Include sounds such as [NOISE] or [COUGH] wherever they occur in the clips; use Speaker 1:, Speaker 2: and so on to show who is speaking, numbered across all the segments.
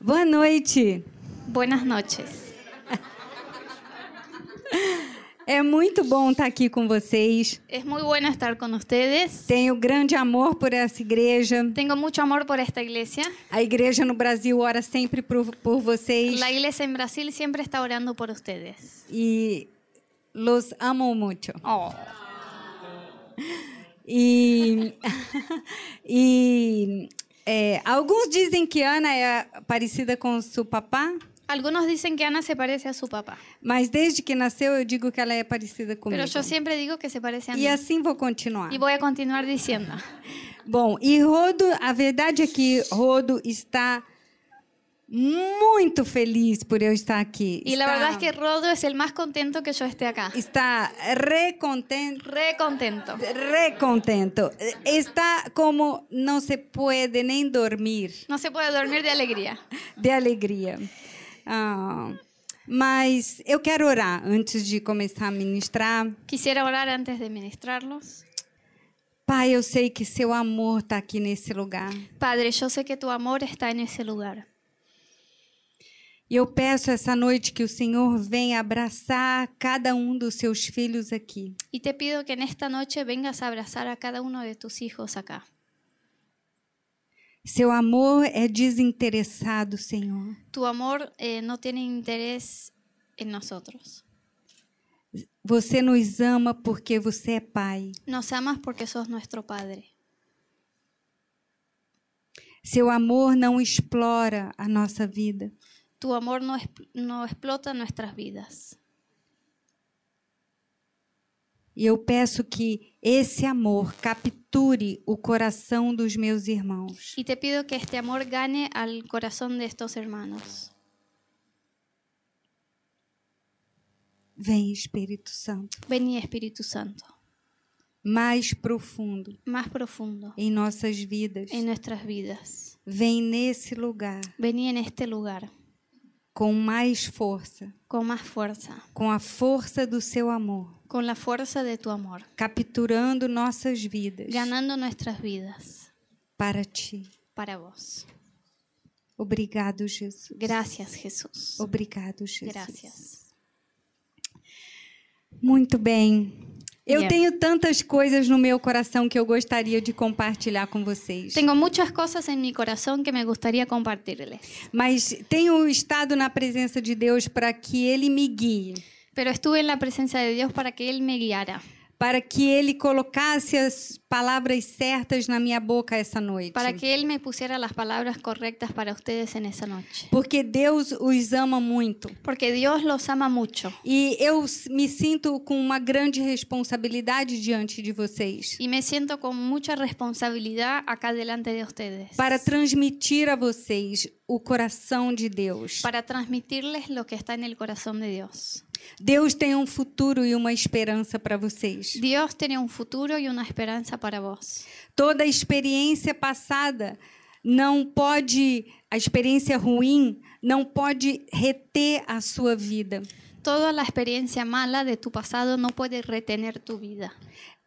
Speaker 1: Boa noite.
Speaker 2: Buenas noches.
Speaker 1: É muito bom estar aqui com vocês.
Speaker 2: Es muy bueno estar con ustedes.
Speaker 1: Tenho grande amor por essa igreja.
Speaker 2: Tengo mucho amor por esta iglesia.
Speaker 1: A igreja no Brasil ora sempre por, por vocês
Speaker 2: La iglesia en Brasil siempre está orando por ustedes.
Speaker 1: e los amo muito.
Speaker 2: Oh.
Speaker 1: E, [LAUGHS] e é, alguns dizem que Ana é parecida com seu papá,
Speaker 2: Algunos dicen que Ana se parece a su papá,
Speaker 1: mas desde que nasceu eu digo que ela é parecida comigo.
Speaker 2: pero yo siempre digo que se parece a mí.
Speaker 1: E assim vou continuar.
Speaker 2: Y voy a continuar diciendo.
Speaker 1: Bom, e Rodo, a verdade é que Rodo está muito feliz por eu estar aqui.
Speaker 2: Y la
Speaker 1: está,
Speaker 2: verdad es que Rodo es el más contento que yo esté acá.
Speaker 1: está recontento,
Speaker 2: Re contento.
Speaker 1: recontento. Está como não se pode nem dormir
Speaker 2: No se puede dormir de alegría.
Speaker 1: de alegria. Ah, mas eu quero orar antes de começar a ministrar.
Speaker 2: Quisiera orar antes de ministrarlos.
Speaker 1: Pai, eu sei que seu amor está aqui nesse lugar.
Speaker 2: Padre, yo sé que tu amor está en ese lugar.
Speaker 1: E eu peço essa noite que o Senhor venha abraçar cada um dos seus filhos aqui.
Speaker 2: Y te pido que en esta noche vengas a abrazar a cada uno de tus hijos acá.
Speaker 1: Seu amor é desinteressado, Senhor.
Speaker 2: Tu amor eh, no tiene interés en nosotros.
Speaker 1: Você nos ama porque você é Pai.
Speaker 2: Nos amas porque sos nuestro Padre.
Speaker 1: Seu amor não explora a nossa vida.
Speaker 2: Tu amor no, exp- no explota nuestras vidas.
Speaker 1: E eu peço que esse amor capture o coração dos meus irmãos.
Speaker 2: Y te pido que este amor gane al corazón de estos hermanos.
Speaker 1: Vem, Espírito Santo,
Speaker 2: Vení Espíritu Santo,
Speaker 1: mais profundo
Speaker 2: más profundo
Speaker 1: em nossas vidas.
Speaker 2: en nuestras vidas.
Speaker 1: Vem nesse lugar
Speaker 2: Vení en este lugar
Speaker 1: com mais força,
Speaker 2: con más fuerza,
Speaker 1: com a força do seu amor,
Speaker 2: con la fuerza de tu amor,
Speaker 1: capturando nossas vidas
Speaker 2: ganando nuestras vidas
Speaker 1: para ti.
Speaker 2: para vos.
Speaker 1: Obrigado, Jesus.
Speaker 2: Gracias Jesús.
Speaker 1: Obrigado, Jesus.
Speaker 2: Gracias.
Speaker 1: Muito bem. Eu
Speaker 2: Yeah.
Speaker 1: tenho tantas coisas no meu coração que eu gostaria de compartilhar com vocês.
Speaker 2: Tengo muchas cosas en mi corazón que me gustaría compartirles,
Speaker 1: Mas tenho estado na presença de Deus para que Ele me guie,
Speaker 2: pero estuve en la presencia de Dios para que Él me guiara,
Speaker 1: para que Ele colocasse as palavras certas na minha boca essa noite.
Speaker 2: para que Él me pusiera las palabras correctas para ustedes en esa noche.
Speaker 1: Porque Deus os ama muito.
Speaker 2: Porque Dios los ama mucho
Speaker 1: E eu s- me sinto com uma grande responsabilidade diante de vocês
Speaker 2: y me siento con mucha responsabilidad acá delante de ustedes
Speaker 1: para transmitir a vocês o coração de Deus.
Speaker 2: para transmitirles lo que está en el corazón de Dios.
Speaker 1: Deus tem um futuro e uma esperança para vocês.
Speaker 2: Dios tiene un futuro y una esperanza para vos.
Speaker 1: Toda experiência passada não pode, a experiência ruim não pode reter a sua vida.
Speaker 2: Toda la experiencia mala de tu pasado no puede retener tu vida.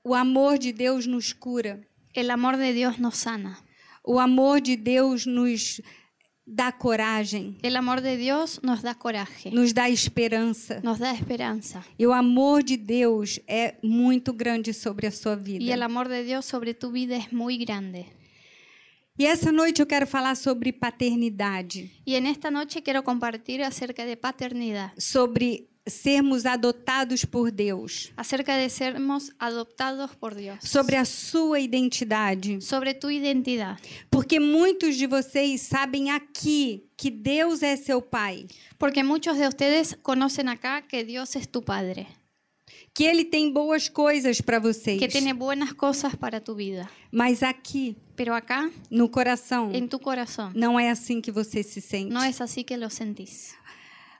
Speaker 1: O amor de Deus nos cura.
Speaker 2: El amor de Dios nos sana.
Speaker 1: O amor de Deus nos dá coragem,
Speaker 2: El amor de Dios nos da coraje,
Speaker 1: nos dá esperança.
Speaker 2: nos da esperanza.
Speaker 1: E o amor de Deus é muito grande sobre a sua
Speaker 2: Y el
Speaker 1: vida.
Speaker 2: amor de Dios sobre tu vida es muy grande.
Speaker 1: E essa noite eu quero falar sobre paternidade,
Speaker 2: Y en esta noche quiero compartir acerca de paternidad,
Speaker 1: sobre sermos adotados por Deus,
Speaker 2: acerca de sermos adoptados por Dios,
Speaker 1: sobre a sua identidade.
Speaker 2: sobre tu identidad.
Speaker 1: Porque muitos de vocês sabem aqui que Deus é seu pai,
Speaker 2: Porque muchos de ustedes conocen acá que Dios es tu Padre,
Speaker 1: que ele tem boas coisas para vocês.
Speaker 2: que tiene buenas cosas para tu vida.
Speaker 1: Mas aqui,
Speaker 2: Pero acá,
Speaker 1: no coração,
Speaker 2: en tu corazón,
Speaker 1: não é assim que você se sente.
Speaker 2: no es así que lo sentís.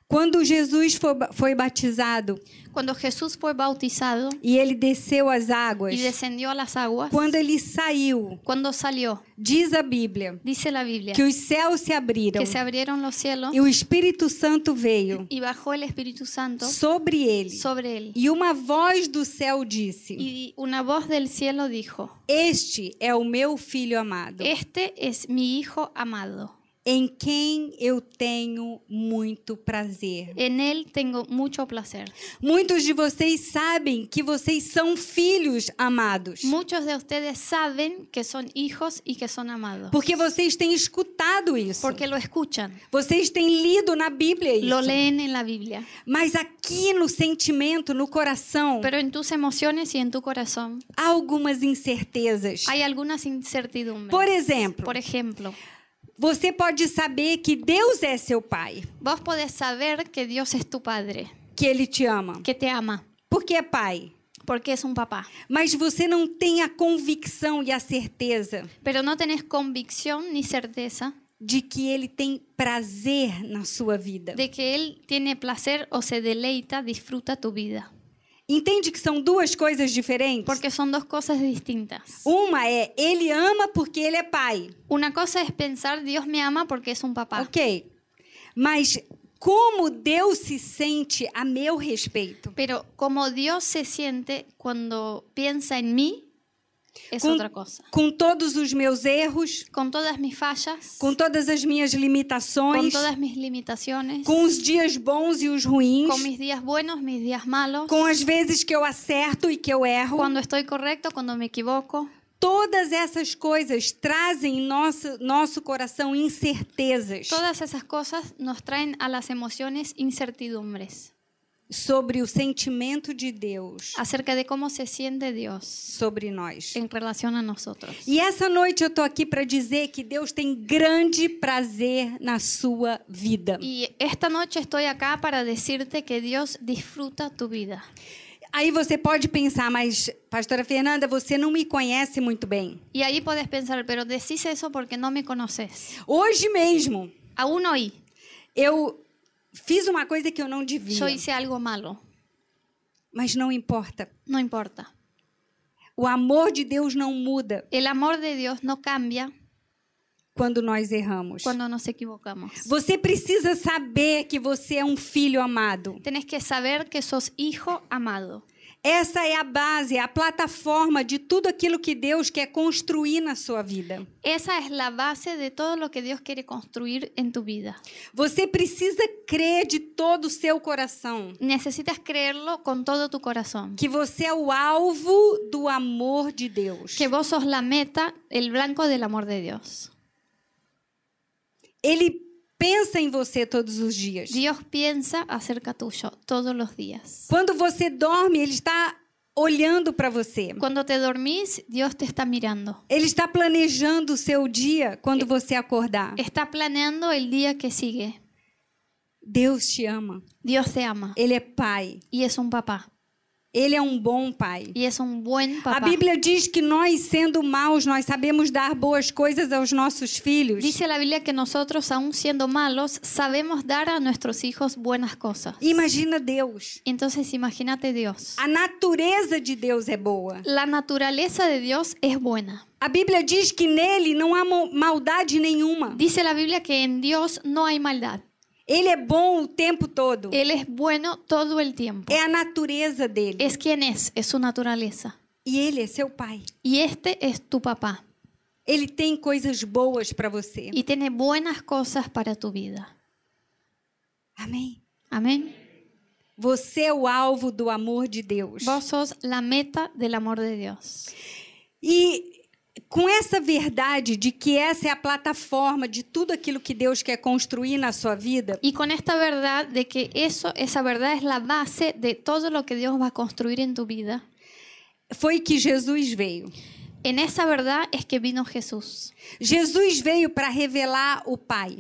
Speaker 1: Quando Jesus foi, ba- foi batizado
Speaker 2: Cuando Jesús fue bautizado
Speaker 1: e ele desceu as águas,
Speaker 2: y descendió a las aguas,
Speaker 1: quando ele saiu,
Speaker 2: cuando salió,
Speaker 1: diz a Bíblia
Speaker 2: dice la Biblia,
Speaker 1: que os céus se abriram
Speaker 2: que se abrieron los cielos
Speaker 1: e o Espírito Santo veio
Speaker 2: y bajó el Espíritu Santo
Speaker 1: sobre ele.
Speaker 2: Então? sobre él.
Speaker 1: E uma voz do céu disse:
Speaker 2: Y una voz del cielo dijo,
Speaker 1: Este é o meu filho amado.
Speaker 2: este es mi Hijo amado,
Speaker 1: em quem eu tenho muito prazer.
Speaker 2: En Él tengo mucho placer.
Speaker 1: Muitos de vocês sabem que vocês são filhos amados,
Speaker 2: Muchos de ustedes saben que son hijos y que son amados.
Speaker 1: porque vocês têm escutado isso.
Speaker 2: Porque lo escuchan,
Speaker 1: Vocês têm lido na Bíblia isso.
Speaker 2: lo leen en la Biblia.
Speaker 1: Mas aqui no sentimento, no coração,
Speaker 2: Pero en tus emociones y en tu corazón
Speaker 1: há algumas incertezas.
Speaker 2: hay algunas incertidumbres.
Speaker 1: Por exemplo,
Speaker 2: Por ejemplo,
Speaker 1: você pode saber que Deus é seu pai,
Speaker 2: vos podés saber que Dios es tu padre,
Speaker 1: que ele te ama,
Speaker 2: que te ama,
Speaker 1: porque é pai.
Speaker 2: porque es un papá.
Speaker 1: Mas você não tem a convicção e a certeza
Speaker 2: Pero no tenés convicción ni certeza
Speaker 1: de que ele tem prazer na sua vida.
Speaker 2: de que Él tiene placer o se deleita, disfruta tu vida.
Speaker 1: Entende que são duas coisas diferentes?
Speaker 2: Porque son dos cosas distintas.
Speaker 1: uma é ele ama porque ele é pai.
Speaker 2: Una cosa es pensar Dios me ama porque es un papá.
Speaker 1: Ok. Mas como Deus se sente a meu respeito?
Speaker 2: Pero como Dios se siente cuando piensa en mí, es
Speaker 1: Com-
Speaker 2: otra cosa.
Speaker 1: Com todos os meus erros,
Speaker 2: Con todas mis fallas,
Speaker 1: com todas as minas
Speaker 2: con
Speaker 1: limitações,
Speaker 2: todas mis limitaciones,
Speaker 1: com os dias bons e os ruins,
Speaker 2: con mis días buenos, mis días malos,
Speaker 1: com as vezes que eu acerto e que eu erro.
Speaker 2: cuando estoy correcto, cuando me equivoco.
Speaker 1: Todas essas coisas trazem em nosso, nosso coração incertezas
Speaker 2: Todas esas cosas nos traen a las emociones incertidumbres
Speaker 1: sobre o sentimento de Deus
Speaker 2: acerca de cómo se siente Dios
Speaker 1: sobre nós.
Speaker 2: en relación a nosotros.
Speaker 1: E essa noite eu tô aqui para dizer que Deus tem grande prazer na sua vida.
Speaker 2: Y esta noche estoy acá para decirte que Dios disfruta tu vida.
Speaker 1: Aí você pode pensar, mas pastora Fernanda, você não me conhece muito bem.
Speaker 2: Y ahí podés pensar, pero decís eso porque no me conoces.
Speaker 1: Hoje mesmo
Speaker 2: Aún hoy
Speaker 1: eu fiz uma coisa que eu não devia,
Speaker 2: yo hice algo malo.
Speaker 1: mas não importa.
Speaker 2: No importa.
Speaker 1: O amor de Deus não muda
Speaker 2: El amor de Dios no cambia
Speaker 1: quando nós erramos.
Speaker 2: cuando nos equivocamos.
Speaker 1: Você precisa saber que você é um filho amado.
Speaker 2: Tenés que saber que sos hijo amado.
Speaker 1: Essa é a base, é a plataforma de tudo aquilo que Deus quer construir na sua vida.
Speaker 2: Esa es la base de todo lo que Dios quiere construir en tu vida.
Speaker 1: Você precisa crer de todo o seu coração
Speaker 2: Necesitas creerlo con todo tu corazón.
Speaker 1: que você é o alvo do amor de Deus.
Speaker 2: Que vos sos la meta, el blanco del amor de Dios.
Speaker 1: Ele pensa em você todos os dias.
Speaker 2: Dios piensa acerca tuyo todos los días.
Speaker 1: Quando você dorme, ele está olhando para você.
Speaker 2: Cuando te dormís, Dios te está mirando.
Speaker 1: Ele está planejando o seu dia quando você acordar.
Speaker 2: Está planeando el día que sigue.
Speaker 1: Deus te ama.
Speaker 2: Dios te ama
Speaker 1: Ele é pai.
Speaker 2: y es un papá
Speaker 1: Ele é um bom pai.
Speaker 2: y es un buen
Speaker 1: A
Speaker 2: papá.
Speaker 1: Bíblia diz que nós, sendo maus, nós sabemos dar boas coisas aos nossos filhos.
Speaker 2: Dice la Biblia que nosotros, aun siendo malos, sabemos dar a nuestros hijos buenas cosas.
Speaker 1: Imagina Deus.
Speaker 2: Entonces imagínate Dios.
Speaker 1: A natureza de Deus é boa.
Speaker 2: La naturaleza de Dios es buena.
Speaker 1: A Bíblia diz que nele não há mo- maldade nenhuma.
Speaker 2: Dice la Biblia que en Dios no hay maldad.
Speaker 1: Ele é bom o tempo todo.
Speaker 2: Él es bueno todo el tiempo.
Speaker 1: É a natureza dele.
Speaker 2: Es quien es, es su naturaleza.
Speaker 1: E ele é seu pai.
Speaker 2: Y este es tu papá.
Speaker 1: Ele tem coisas boas para você.
Speaker 2: y tiene buenas cosas para tu vida.
Speaker 1: Amém?
Speaker 2: Amén.
Speaker 1: Você é o alvo do amor de Deus.
Speaker 2: Vos sos la meta del amor de Dios.
Speaker 1: E com essa verdade de que essa é a plataforma de tudo aquilo que Deus quer construir na sua vida,
Speaker 2: Y con esta verdad de que eso, esa verdad es la base de todo lo que Dios va a construir en tu vida.
Speaker 1: foi que Jesus veio.
Speaker 2: En esa verdad es que vino Jesús.
Speaker 1: Jesus veio para revelar o Pai.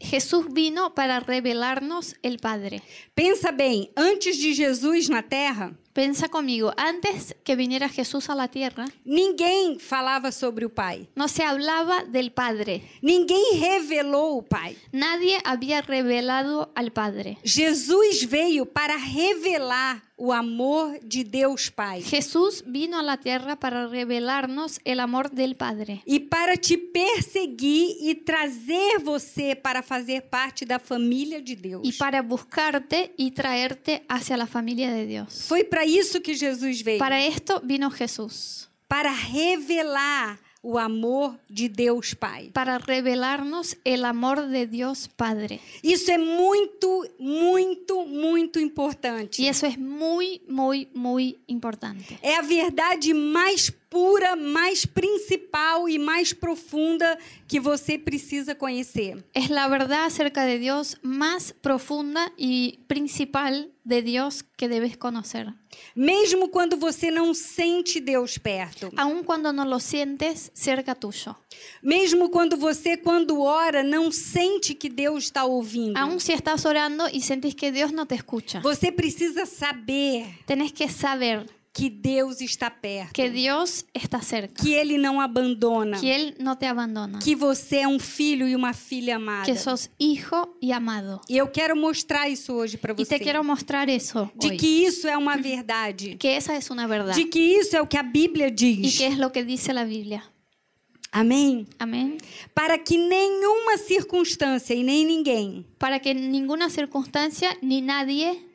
Speaker 2: Jesús vino para revelarnos el Padre.
Speaker 1: Pensa bem, antes de Jesus na terra,
Speaker 2: Pensa conmigo, antes que viniera Jesús a la tierra,
Speaker 1: Ninguém falava sobre o Pai.
Speaker 2: no se hablaba del Padre.
Speaker 1: Ninguém revelou o Pai.
Speaker 2: Nadie había revelado al Padre.
Speaker 1: Jesus veio para revelar o amor de Deus Pai
Speaker 2: Jesús vino a la tierra para revelarnos el amor del Padre
Speaker 1: e para te perseguir e trazer você para fazer parte da família de
Speaker 2: y
Speaker 1: Deus.
Speaker 2: para buscarte y traerte hacia la familia de Dios.
Speaker 1: Foi para isso que Jesus veio
Speaker 2: Para esto vino Jesús,
Speaker 1: para revelar o amor de Deus Pai.
Speaker 2: para revelarnos el amor de Dios Padre.
Speaker 1: Isso é muito, muito, muito importante.
Speaker 2: Y eso es muy, muy, muy importante.
Speaker 1: É a verdade mais pura, mais principal e mais profunda que você precisa conhecer.
Speaker 2: Es la verdad acerca de Dios más profunda y principal de Dios que debes conocer.
Speaker 1: Mesmo quando você não sente Deus perto,
Speaker 2: Aun cuando no lo sientes cerca tuyo.
Speaker 1: mesmo quando você, quando ora, não sente que Deus está ouvindo,
Speaker 2: Aun si estás orando y sientes que Dios no te escucha.
Speaker 1: você precisa saber
Speaker 2: Tenés que saber
Speaker 1: que Deus está perto,
Speaker 2: que Dios está cerca,
Speaker 1: que Ele não abandona,
Speaker 2: que Él no te abandona,
Speaker 1: que você é um filho e uma filha amada.
Speaker 2: que é sos hijo y amado.
Speaker 1: E eu quero mostrar isso hoje para
Speaker 2: Y
Speaker 1: você.
Speaker 2: te quiero mostrar eso
Speaker 1: De
Speaker 2: hoy,
Speaker 1: que isso é uma verdade.
Speaker 2: que esa es una verdad
Speaker 1: De que isso é o que a Bíblia
Speaker 2: y
Speaker 1: diz.
Speaker 2: que es lo que dice la Biblia.
Speaker 1: Amém?
Speaker 2: Amén.
Speaker 1: Para que nenhuma circunstância e nem ninguém
Speaker 2: Para que ninguna circunstancia ni nadie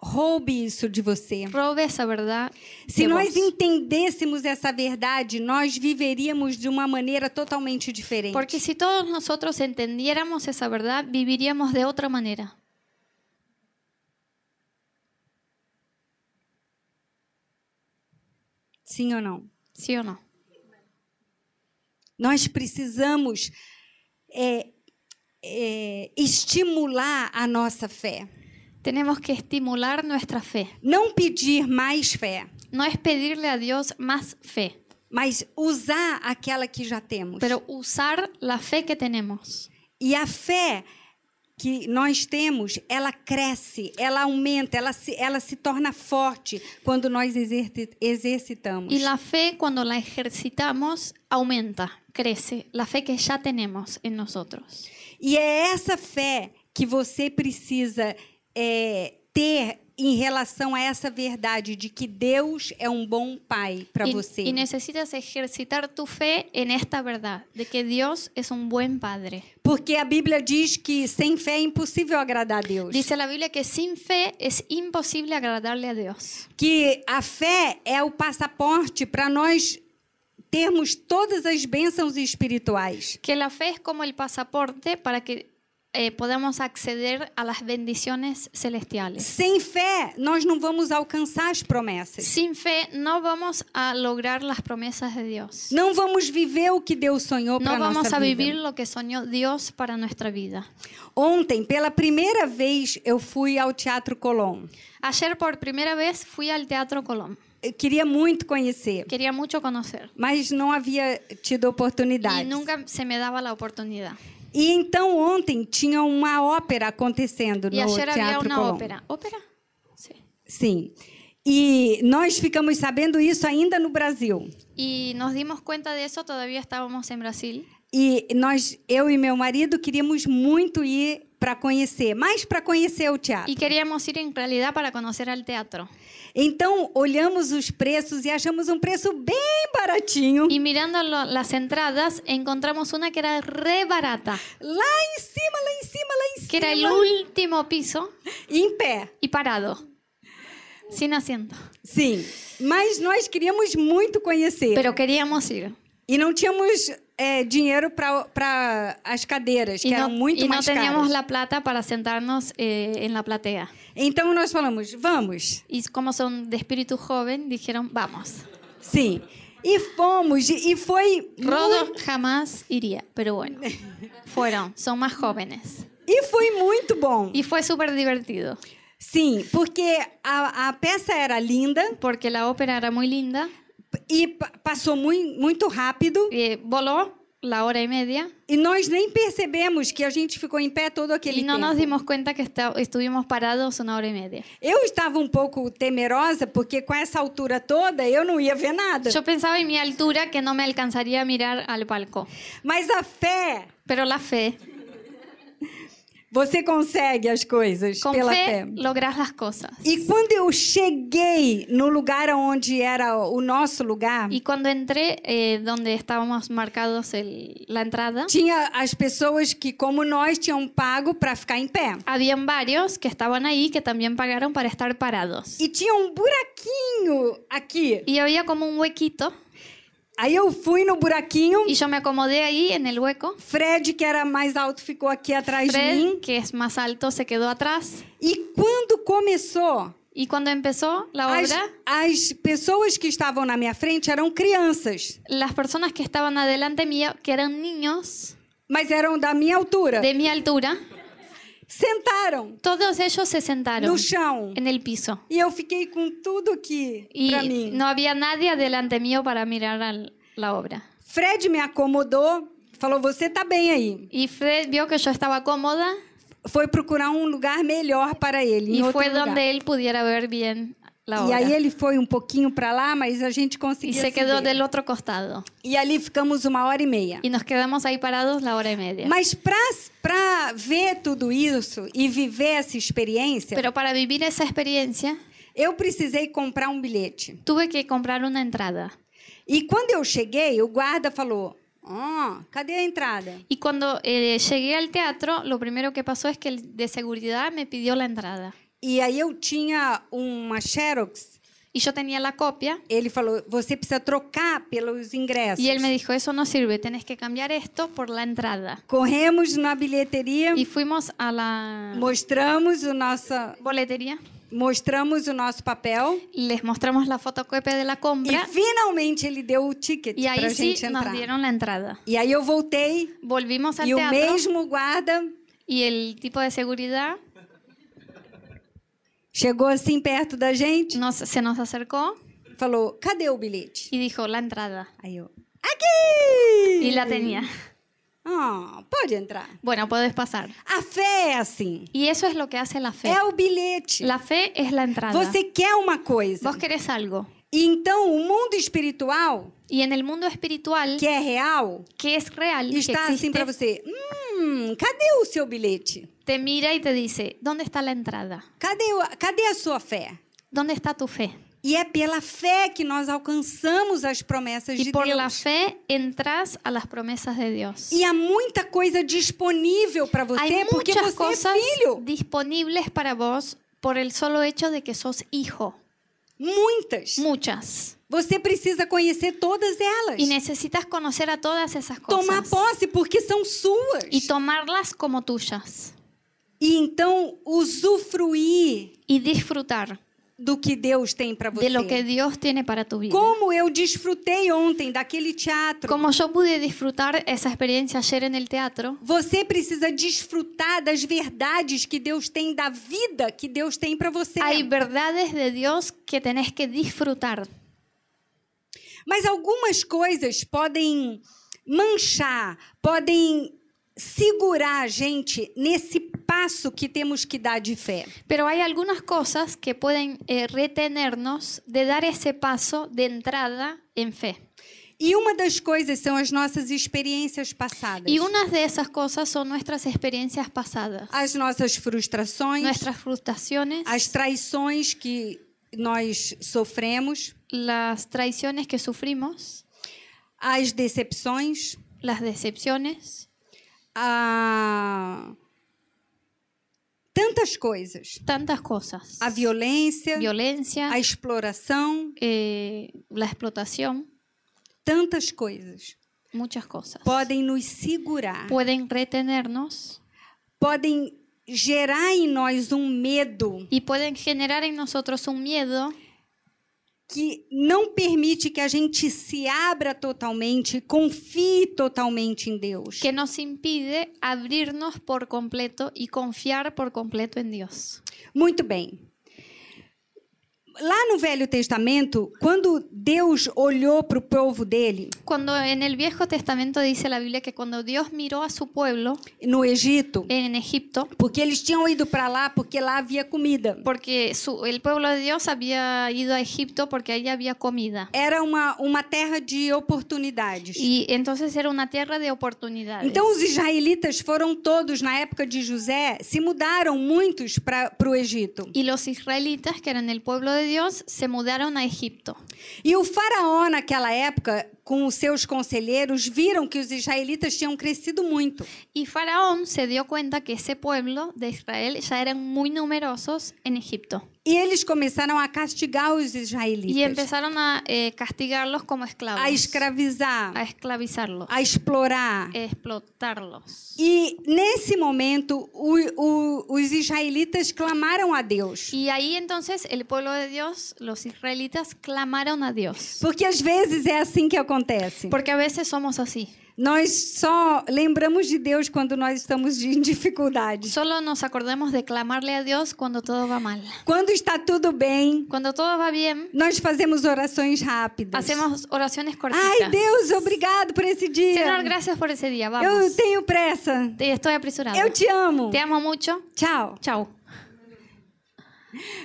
Speaker 1: roube isso de você.
Speaker 2: robe esa verdad.
Speaker 1: Se
Speaker 2: de
Speaker 1: nós
Speaker 2: vos.
Speaker 1: entendêssemos essa verdade, nós viveríamos de uma maneira totalmente diferente.
Speaker 2: Porque si todos nosotros entendiéramos esa verdad, viviríamos de otra manera.
Speaker 1: Sim ou não?
Speaker 2: ¿Sí o no?
Speaker 1: Nós precisamos é, é, estimular a nossa fé.
Speaker 2: Tenemos que estimular nuestra fe.
Speaker 1: Não pedir mais fé,
Speaker 2: No es pedirle a Dios más fe,
Speaker 1: mas usar aquela que já temos.
Speaker 2: pero usar la fe que tenemos.
Speaker 1: E a fé que nós temos, ela cresce, ela aumenta, ela se, ela se torna forte quando nós exerci- exercitamos.
Speaker 2: Y la fe cuando la ejercitamos aumenta, crece, la fe que ya tenemos en nosotros.
Speaker 1: E é essa fé que você precisa é, ter em relação a essa verdade de que Deus é um bom pai para
Speaker 2: Y,
Speaker 1: você.
Speaker 2: y necesitas ejercitar tu fe en esta verdad, de que Dios es un buen padre.
Speaker 1: Porque a Bíblia diz que sem fé é impossível agradar a Deus.
Speaker 2: Dice la Biblia que sin fe es imposible agradarle a Dios.
Speaker 1: Que a fé é o passaporte para nós termos todas as bênçãos espirituais.
Speaker 2: Que la fe es como el pasaporte para que eh, podamos acceder a las bendiciones celestiales.
Speaker 1: Sem fé, nós não vamos alcançar as promessas.
Speaker 2: Sin fe no vamos a lograr las promesas de Dios.
Speaker 1: Não vamos viver o que Deus sonhou para
Speaker 2: No
Speaker 1: nossa
Speaker 2: vamos a
Speaker 1: vida.
Speaker 2: vivir lo que soñó Dios para nuestra vida.
Speaker 1: Ontem, pela primeira vez, eu fui ao Teatro Colón.
Speaker 2: Ayer por primera vez fui al Teatro Colón.
Speaker 1: Eu queria muito conhecer,
Speaker 2: Quería mucho conocer
Speaker 1: mas não havia tido
Speaker 2: y
Speaker 1: oportunidade.
Speaker 2: nunca se me daba la oportunidad.
Speaker 1: E então ontem tinha uma ópera acontecendo
Speaker 2: Y
Speaker 1: no
Speaker 2: ayer había
Speaker 1: Teatro
Speaker 2: una
Speaker 1: Colón.
Speaker 2: é ópera. ¿Ópera? Sí.
Speaker 1: Sim. E nós ficamos sabendo isso ainda no Brasil.
Speaker 2: Y nos dimos cuenta de eso, todavía estábamos en Brasil.
Speaker 1: E nós, eu e meu marido, queríamos muito ir para conhecer, mais para conhecer o teatro.
Speaker 2: Y queríamos ir en realidad para conocer al teatro.
Speaker 1: Então, olhamos os preços e achamos um preço bem baratinho.
Speaker 2: Y mirando lo- las entradas, encontramos una que era re barata,
Speaker 1: Lá em cima, lá em cima, lá em cima.
Speaker 2: que era el último piso
Speaker 1: Em pé,
Speaker 2: y parado, sin asiento.
Speaker 1: sim. Mas nós queríamos muito conhecer.
Speaker 2: Pero queríamos ir.
Speaker 1: E não tínhamos é, dinheiro para as cadeiras, que
Speaker 2: Y no,
Speaker 1: eram muito
Speaker 2: y no
Speaker 1: mais
Speaker 2: teníamos
Speaker 1: caras.
Speaker 2: la plata para sentarnos eh, en la platea.
Speaker 1: Então, nós falamos, vamos.
Speaker 2: Y como son de espíritu joven, dijeron, vamos.
Speaker 1: Sim. E fomos. E e foi,
Speaker 2: Rodo jamás iría, pero bueno, fueron, son más jóvenes.
Speaker 1: e foi muito bom.
Speaker 2: Y fue súper divertido,
Speaker 1: Sim, porque a, a peça era linda
Speaker 2: porque la ópera era muy linda.
Speaker 1: e pa- passou mui- muito rápido.
Speaker 2: Eh, voló la hora y media
Speaker 1: E nós nem percebemos que a gente ficou em pé todo aquele
Speaker 2: y no nos
Speaker 1: tempo.
Speaker 2: dimos cuenta que esta- estuvimos parados una hora y media.
Speaker 1: Eu estava um pouco temerosa, porque com essa altura toda eu não ia ver nada.
Speaker 2: Yo pensaba en mi altura que no me alcanzaría a mirar al palco,
Speaker 1: Mas a fé,
Speaker 2: pero la fe,
Speaker 1: você consegue as coisas
Speaker 2: con
Speaker 1: pela
Speaker 2: fe
Speaker 1: fé.
Speaker 2: logras las cosas.
Speaker 1: E quando eu cheguei no lugar onde era o nosso lugar,
Speaker 2: Y cuando entré, eh, donde estábamos marcados el- la entrada,
Speaker 1: tinha as pessoas que, como nós, tinham pago para ficar em pé.
Speaker 2: habían varios que estaban ahí que también pagaron para estar parados.
Speaker 1: E tinha um buraquinho aqui.
Speaker 2: Y había como un huequito
Speaker 1: Aí eu fui no buraquinho.
Speaker 2: Y yo me acomodé ahí en el hueco.
Speaker 1: Fred, que era mais alto, ficou aqui atrás de
Speaker 2: Fred,
Speaker 1: mim.
Speaker 2: que es más alto, se quedó atrás.
Speaker 1: E quando começou,
Speaker 2: Y cuando empezó la
Speaker 1: as,
Speaker 2: obra,
Speaker 1: as pessoas que estavam na minha frente eram crianças,
Speaker 2: las personas que estaban adelante mío, que eran niños
Speaker 1: mas eram da minha altura.
Speaker 2: de mi altura,
Speaker 1: Sentaram
Speaker 2: todos ellos se sentaron
Speaker 1: no chão.
Speaker 2: en el piso.
Speaker 1: E eu fiquei com tudo aqui pra
Speaker 2: Y
Speaker 1: mim.
Speaker 2: no había nadie adelante mío para mirar al- la obra.
Speaker 1: Fred me acomodou, falou: Você tá bem aí.
Speaker 2: Y Fred vio que yo estaba cómoda
Speaker 1: Foi procurar um lugar melhor para ele. em
Speaker 2: y
Speaker 1: outro
Speaker 2: fue
Speaker 1: lugar.
Speaker 2: donde él pudiera ver bien la
Speaker 1: E
Speaker 2: obra.
Speaker 1: aí ele foi um pouquinho para lá, mas a gente
Speaker 2: Y
Speaker 1: conseguiu.
Speaker 2: se quedó del otro costado.
Speaker 1: E ali ficamos uma hora e meia.
Speaker 2: Y nos quedamos ahí parados la hora y media.
Speaker 1: Mas para ver tudo isso e viver essa experiência,
Speaker 2: Pero para vivir esa experiencia,
Speaker 1: eu precisei comprar um bilhete.
Speaker 2: tuve que comprar una entrada.
Speaker 1: E quando eu cheguei, o guarda falou: Ó, cadê a entrada?
Speaker 2: Y cuando eh, llegué al teatro, lo primero que pasó es que el de seguridad me pidió la entrada.
Speaker 1: E aí eu tinha uma Xerox.
Speaker 2: Y yo tenía la copia.
Speaker 1: Ele falou: Você precisa trocar pelos ingressos.
Speaker 2: Y él me dijo, eso no sirve, tenés que cambiar esto por la entrada.
Speaker 1: Corremos na bilheteria,
Speaker 2: Y fuimos a la
Speaker 1: mostramos o nosso,
Speaker 2: boletería,
Speaker 1: mostramos o nosso papel.
Speaker 2: les mostramos la fotocopia de la
Speaker 1: E
Speaker 2: compra
Speaker 1: finalmente ele deu o ticket
Speaker 2: y
Speaker 1: para
Speaker 2: ahí
Speaker 1: a
Speaker 2: sí
Speaker 1: gente entrar.
Speaker 2: nos dieron la entrada.
Speaker 1: E aí eu voltei
Speaker 2: Volvimos al
Speaker 1: e o
Speaker 2: teatro
Speaker 1: mesmo guarda
Speaker 2: y el tipo de seguridad
Speaker 1: chegou assim perto da gente
Speaker 2: nos- se nos acercó
Speaker 1: falou: cadê o bilhete?
Speaker 2: y dijo, la entrada.
Speaker 1: Aí eu: aqui!
Speaker 2: Y la tenía.
Speaker 1: Ah, pode entrar.
Speaker 2: Bueno, podés pasar.
Speaker 1: A fé é assim:
Speaker 2: Y eso es lo que hace la fe.
Speaker 1: é o bilhete.
Speaker 2: La fe es la entrada.
Speaker 1: Você quer uma coisa.
Speaker 2: Vos querés algo.
Speaker 1: E então o mundo espiritual,
Speaker 2: Y en el mundo espiritual,
Speaker 1: que é real,
Speaker 2: que es real, que
Speaker 1: está assim para
Speaker 2: existe,
Speaker 1: você: hum, cadê o seu bilhete?
Speaker 2: te mira y te dice, ¿dónde está la entrada?
Speaker 1: Cadê, o- cadê a sua fé?
Speaker 2: ¿Dónde está tu fe?
Speaker 1: E é pela fé que nós alcançamos as promessas de
Speaker 2: Y por la
Speaker 1: Deus.
Speaker 2: fe entras a las promesas de Dios.
Speaker 1: E há muita coisa disponível para
Speaker 2: Hay
Speaker 1: você porque você
Speaker 2: muchas
Speaker 1: é
Speaker 2: cosas
Speaker 1: filho.
Speaker 2: disponibles para vos por el solo hecho de que sos hijo.
Speaker 1: Muitas.
Speaker 2: Muchas.
Speaker 1: Você precisa conhecer todas elas.
Speaker 2: Y necesitas conocer a todas esas
Speaker 1: Tomar
Speaker 2: cosas
Speaker 1: posse porque são suas.
Speaker 2: y tomarlas como tuyas
Speaker 1: E então usufruir
Speaker 2: y disfrutar
Speaker 1: do que Deus tem para você.
Speaker 2: de lo que Dios tiene para tu vida.
Speaker 1: Como eu desfrutei ontem daquele teatro.
Speaker 2: Como yo pude disfrutar esa experiencia ayer en el teatro,
Speaker 1: Você precisa desfrutar das verdades que Deus tem da vida que Deus tem para você.
Speaker 2: hay verdades de Dios que tenés que disfrutar.
Speaker 1: Mas algumas coisas podem manchar, podem segurar a gente nesse passo que temos que dar de fé.
Speaker 2: Pero hay algunas cosas que pueden eh, retenernos de dar ese paso de entrada en fe.
Speaker 1: E uma das coisas são as nossas experiências passadas.
Speaker 2: Y unas de esas cosas son nuestras experiencias pasadas,
Speaker 1: As nossas frustrações,
Speaker 2: nuestras frustraciones,
Speaker 1: as traições que nós sofremos,
Speaker 2: las traiciones que sufrimos,
Speaker 1: as decepções,
Speaker 2: las decepciones,
Speaker 1: a... tantas coisas.
Speaker 2: tantas cosas.
Speaker 1: A violência,
Speaker 2: Violencia,
Speaker 1: a exploração,
Speaker 2: eh, la explotación,
Speaker 1: tantas coisas.
Speaker 2: muchas cosas.
Speaker 1: podem nos segurar,
Speaker 2: Pueden retenernos
Speaker 1: podem gerar em nós um medo
Speaker 2: y pueden generar en nosotros un miedo
Speaker 1: que não permite que a gente se abra totalmente, confie totalmente em Deus.
Speaker 2: que nos impide abrirnos por completo y confiar por completo en Dios.
Speaker 1: Muito bem. Lá no Velho Testamento, quando Deus olhou para o povo dele
Speaker 2: Cuando en el Viejo Testamento dice la Biblia que cuando Dios miró a su pueblo
Speaker 1: no Egito,
Speaker 2: en Egipto,
Speaker 1: porque eles tinham ido para lá porque lá havia comida.
Speaker 2: porque su- el pueblo de Dios había ido a Egipto porque ahí había comida.
Speaker 1: Era uma, uma terra de oportunidades.
Speaker 2: Y entonces era una tierra de oportunidades.
Speaker 1: Então os israelitas foram todos na época de José, se mudaram muitos para o Egito.
Speaker 2: Y los israelitas, que eran el pueblo de Dios, se mudaron a Egipto.
Speaker 1: E o faraó naquela época com os seus conselheiros, viram que os israelitas tinham crescido muito.
Speaker 2: Y Faraón se dio cuenta que ese pueblo de Israel ya eran muy numerosos en Egipto.
Speaker 1: E eles começaram a castigar os
Speaker 2: Y
Speaker 1: israelitas,
Speaker 2: empezaron a eh, castigarlos como esclavos.
Speaker 1: a escravizar,
Speaker 2: a É. esclavizarlos.
Speaker 1: a explorar.
Speaker 2: explotarlos.
Speaker 1: E nesse momento, o- o- os israelitas clamaram a Deus.
Speaker 2: Y ahí entonces el pueblo de Dios, los israelitas, clamaron a Dios.
Speaker 1: Porque às vezes é assim que acontece.
Speaker 2: Porque a veces somos así.
Speaker 1: Nós só lembramos de Deus quando nós estamos em dificuldades.
Speaker 2: Solo nos acordemos de clamarle a Dios cuando todo va mal.
Speaker 1: Quando está tudo bem,
Speaker 2: Cuando todo va bien,
Speaker 1: nós fazemos orações rápidas.
Speaker 2: hacemos oraciones cortitas.
Speaker 1: Ai, Deus, obrigado por esse
Speaker 2: Señor,
Speaker 1: dia.
Speaker 2: gracias por ese día.
Speaker 1: Eu
Speaker 2: Vamos.
Speaker 1: tenho pressa.
Speaker 2: Te- Estoy apresurado.
Speaker 1: Eu te amo.
Speaker 2: Te amo mucho.
Speaker 1: Tchau.
Speaker 2: Chau.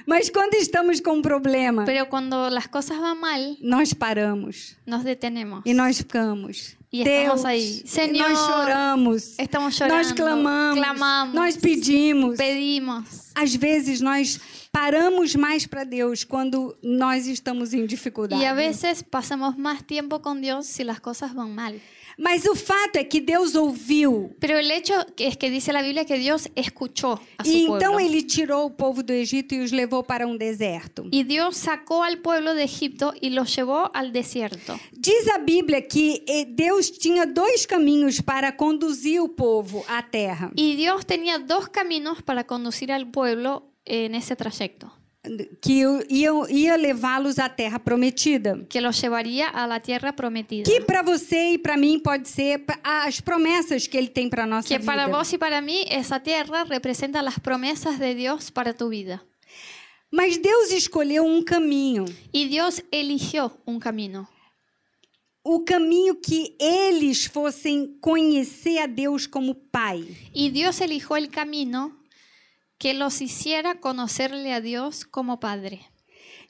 Speaker 1: Mas quando estamos com um problema,
Speaker 2: Pero cuando las cosas van mal,
Speaker 1: nós paramos
Speaker 2: nos detenemos.
Speaker 1: e nós ficamos.
Speaker 2: E
Speaker 1: Deus,
Speaker 2: estamos aí.
Speaker 1: e nós
Speaker 2: Senhor,
Speaker 1: choramos.
Speaker 2: Estamos llorando.
Speaker 1: Nós clamamos,
Speaker 2: clamamos,
Speaker 1: nós pedimos.
Speaker 2: pedimos.
Speaker 1: Às vezes nós paramos mais para Deus quando nós estamos em dificuldade.
Speaker 2: Y a veces pasamos más tiempo con Dios si las cosas van mal.
Speaker 1: Mas o fato é que Deus ouviu.
Speaker 2: Pero el hecho que- es que dice la Biblia que Dios escuchó a su
Speaker 1: E
Speaker 2: pueblo.
Speaker 1: então ele tirou o povo do Egito e os levou para um deserto.
Speaker 2: Y Dios sacó al pueblo de Egipto y los llevó al desierto.
Speaker 1: Diz a Bíblia que eh, Deus tinha dois caminhos para conduzir o povo à terra.
Speaker 2: Y Dios tenía dos caminos para conducir al pueblo en ese trayecto,
Speaker 1: Que o- ia, ia levá-los à terra prometida.
Speaker 2: que los llevaría a la tierra prometida.
Speaker 1: Que para você e para mim pode ser pa- as promessas que ele tem para nossa
Speaker 2: Que é para
Speaker 1: vida.
Speaker 2: vos y para mí esa tierra representa las promesas de Dios para tu vida.
Speaker 1: Mas Deus escolheu um caminho.
Speaker 2: Y Dios eligió un camino,
Speaker 1: o caminho que eles fossem conhecer a Deus como Pai.
Speaker 2: Y Dios eligió el camino que los hiciera conocerle a Dios como Padre.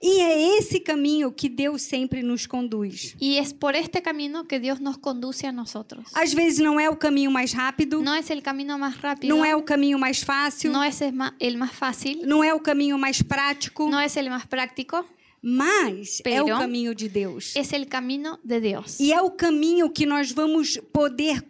Speaker 1: E é esse caminho que Deus sempre nos conduz.
Speaker 2: Y es por este camino que Dios nos conduce a nosotros.
Speaker 1: Às vezes não é o caminho mais rápido,
Speaker 2: No es el camino más rápido,
Speaker 1: não é o caminho mais fácil,
Speaker 2: no es el ma- el más fácil,
Speaker 1: não é o caminho mais prático,
Speaker 2: no es el más práctico,
Speaker 1: mas é o
Speaker 2: Pero-
Speaker 1: caminho de Deus.
Speaker 2: es el camino de Dios.
Speaker 1: E é o caminho que nós vamos poder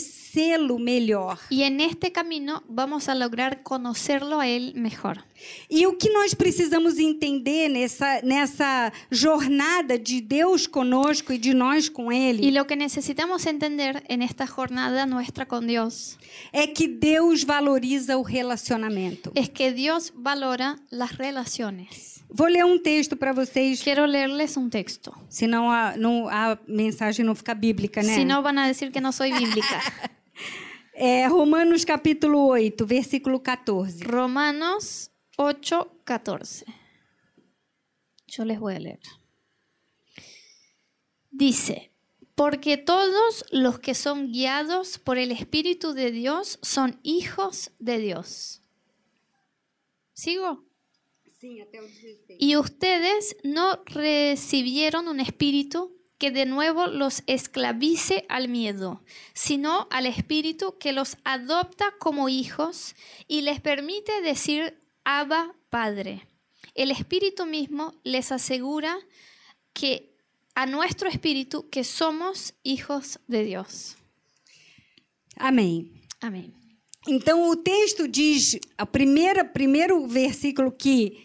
Speaker 1: conhecê-lo melhor.
Speaker 2: Y en este camino vamos a lograr conocerlo a Él mejor.
Speaker 1: E o que nós precisamos entender nessa, nessa jornada de Deus conosco e de nós com Ele
Speaker 2: Y lo que necesitamos entender en esta jornada nuestra con Dios
Speaker 1: é que Deus valoriza o relacionamento.
Speaker 2: es que Dios valora las relaciones.
Speaker 1: Vou ler um texto para vocês,
Speaker 2: Quiero leerles un texto.
Speaker 1: senão a, não, a mensagem não fica bíblica, né?
Speaker 2: Si no, van a decir que no soy bíblica.
Speaker 1: É Romanos capítulo 8, versículo 14.
Speaker 2: Romanos 8, 14. Yo les voy a leer. Dice, porque todos los que son guiados por el Espíritu de Dios son hijos de Dios. ¿Sigo?
Speaker 1: Sim, até o 16.
Speaker 2: Y ustedes no recibieron un espíritu que de nuevo los esclavice al miedo, sino al espíritu que los adopta como hijos y les permite decir Abba Padre. El espíritu mismo les asegura que a nuestro espíritu que somos hijos de Dios.
Speaker 1: Amém.
Speaker 2: Amén.
Speaker 1: Então o texto diz, a primeira primeiro versículo que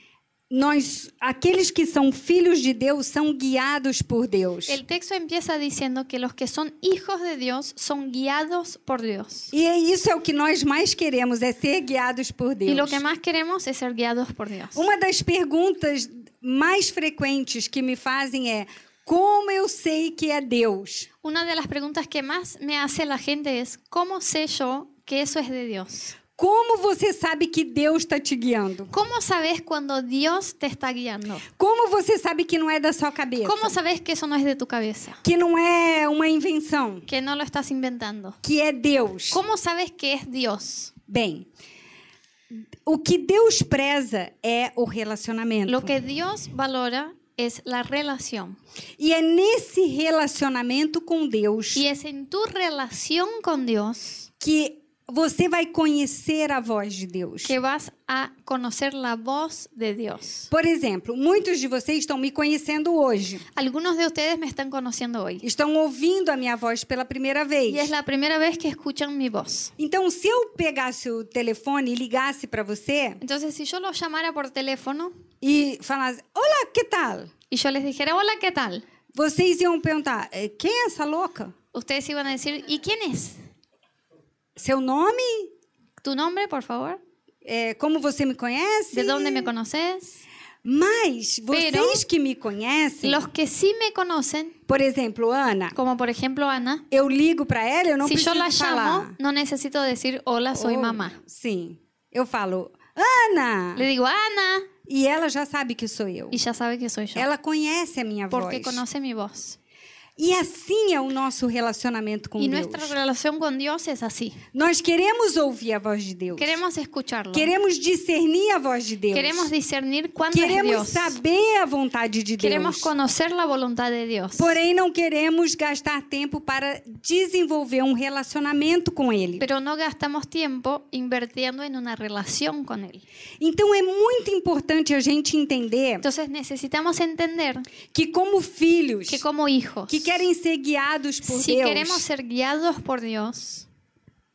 Speaker 1: nós aqueles que são filhos de Deus são guiados por Deus.
Speaker 2: El texto empieza diciendo que los que son hijos de Dios son guiados por Dios.
Speaker 1: E é isso é o que nós mais queremos, é ser guiados por Deus.
Speaker 2: Y lo que más queremos es ser guiados por Dios.
Speaker 1: Uma das perguntas mais frequentes que me fazem é: como eu sei que é Deus?
Speaker 2: Una de las preguntas que más me hace la gente es, ¿cómo sé yo que eso es de Dios?
Speaker 1: Como você sabe que Deus está te guiando?
Speaker 2: ¿Cómo sabes cuando Dios te está guiando?
Speaker 1: Como você sabe que não é da sua cabeça?
Speaker 2: ¿Cómo sabes que eso no es de tu cabeza?
Speaker 1: Que não é uma invenção?
Speaker 2: Que no lo estás inventando.
Speaker 1: Que é Deus?
Speaker 2: ¿Cómo sabes que es Dios?
Speaker 1: Bem, o que Deus preza é o relacionamento.
Speaker 2: Lo que Dios valora es la relación.
Speaker 1: E é nesse relacionamento com Deus
Speaker 2: Y es en tu relación con Dios
Speaker 1: que você vai conhecer a voz de Deus.
Speaker 2: que vas a conocer la voz de Dios.
Speaker 1: Por exemplo, muitos de vocês estão me conhecendo hoje.
Speaker 2: Algunos de ustedes me están conociendo hoy
Speaker 1: Estão ouvindo a minha voz pela primeira vez.
Speaker 2: y es la primera vez que escuchan mi voz.
Speaker 1: Então, se eu pegasse o telefone e ligasse para você
Speaker 2: Entonces, si yo los llamara por teléfono
Speaker 1: e falasse: Olá, que tal?
Speaker 2: y yo les dijera, hola, ¿qué tal?
Speaker 1: Vocês iam perguntar: "Eh, Quem é essa louca?
Speaker 2: Ustedes iban a decir, ¿y quién es?
Speaker 1: Seu nome?
Speaker 2: ¿Tu nombre, por favor?
Speaker 1: Eh, como você me conhece?
Speaker 2: ¿De dónde me conoces?
Speaker 1: Mas vocês que me conhecem,
Speaker 2: Los que sí me conocen,
Speaker 1: por exemplo, Ana,
Speaker 2: como por ejemplo Ana,
Speaker 1: eu ligo para ela, eu não
Speaker 2: si yo
Speaker 1: preciso
Speaker 2: la
Speaker 1: falar.
Speaker 2: llamo, no necesito decir, hola, soy
Speaker 1: Ou-
Speaker 2: mamá.
Speaker 1: Sim. Eu falo, Ana!
Speaker 2: Le digo, Ana,
Speaker 1: E ela já sabe que sou eu.
Speaker 2: y ya sabe que soy yo,
Speaker 1: Ela conhece a minha
Speaker 2: porque
Speaker 1: voz.
Speaker 2: conoce mi voz.
Speaker 1: E assim é o nosso relacionamento com
Speaker 2: Y
Speaker 1: Deus.
Speaker 2: nuestra relación con Dios es así.
Speaker 1: Nós queremos ouvir a voz de Deus.
Speaker 2: Queremos escucharlo.
Speaker 1: Queremos discernir a voz de Deus.
Speaker 2: Queremos discernir cuándo es
Speaker 1: Queremos
Speaker 2: Dios.
Speaker 1: saber a vontade de
Speaker 2: Queremos
Speaker 1: Deus.
Speaker 2: conocer la voluntad de Dios.
Speaker 1: Porém, não queremos gastar tempo para desenvolver um relacionamento com Ele.
Speaker 2: Pero no gastamos tiempo invirtiendo en una relación con Él.
Speaker 1: Então, é muito importante a gente entender
Speaker 2: Entonces necesitamos entender
Speaker 1: que, como filhos
Speaker 2: que como hijos,
Speaker 1: que querem ser guiados por
Speaker 2: si
Speaker 1: Deus,
Speaker 2: queremos ser guiados por Dios,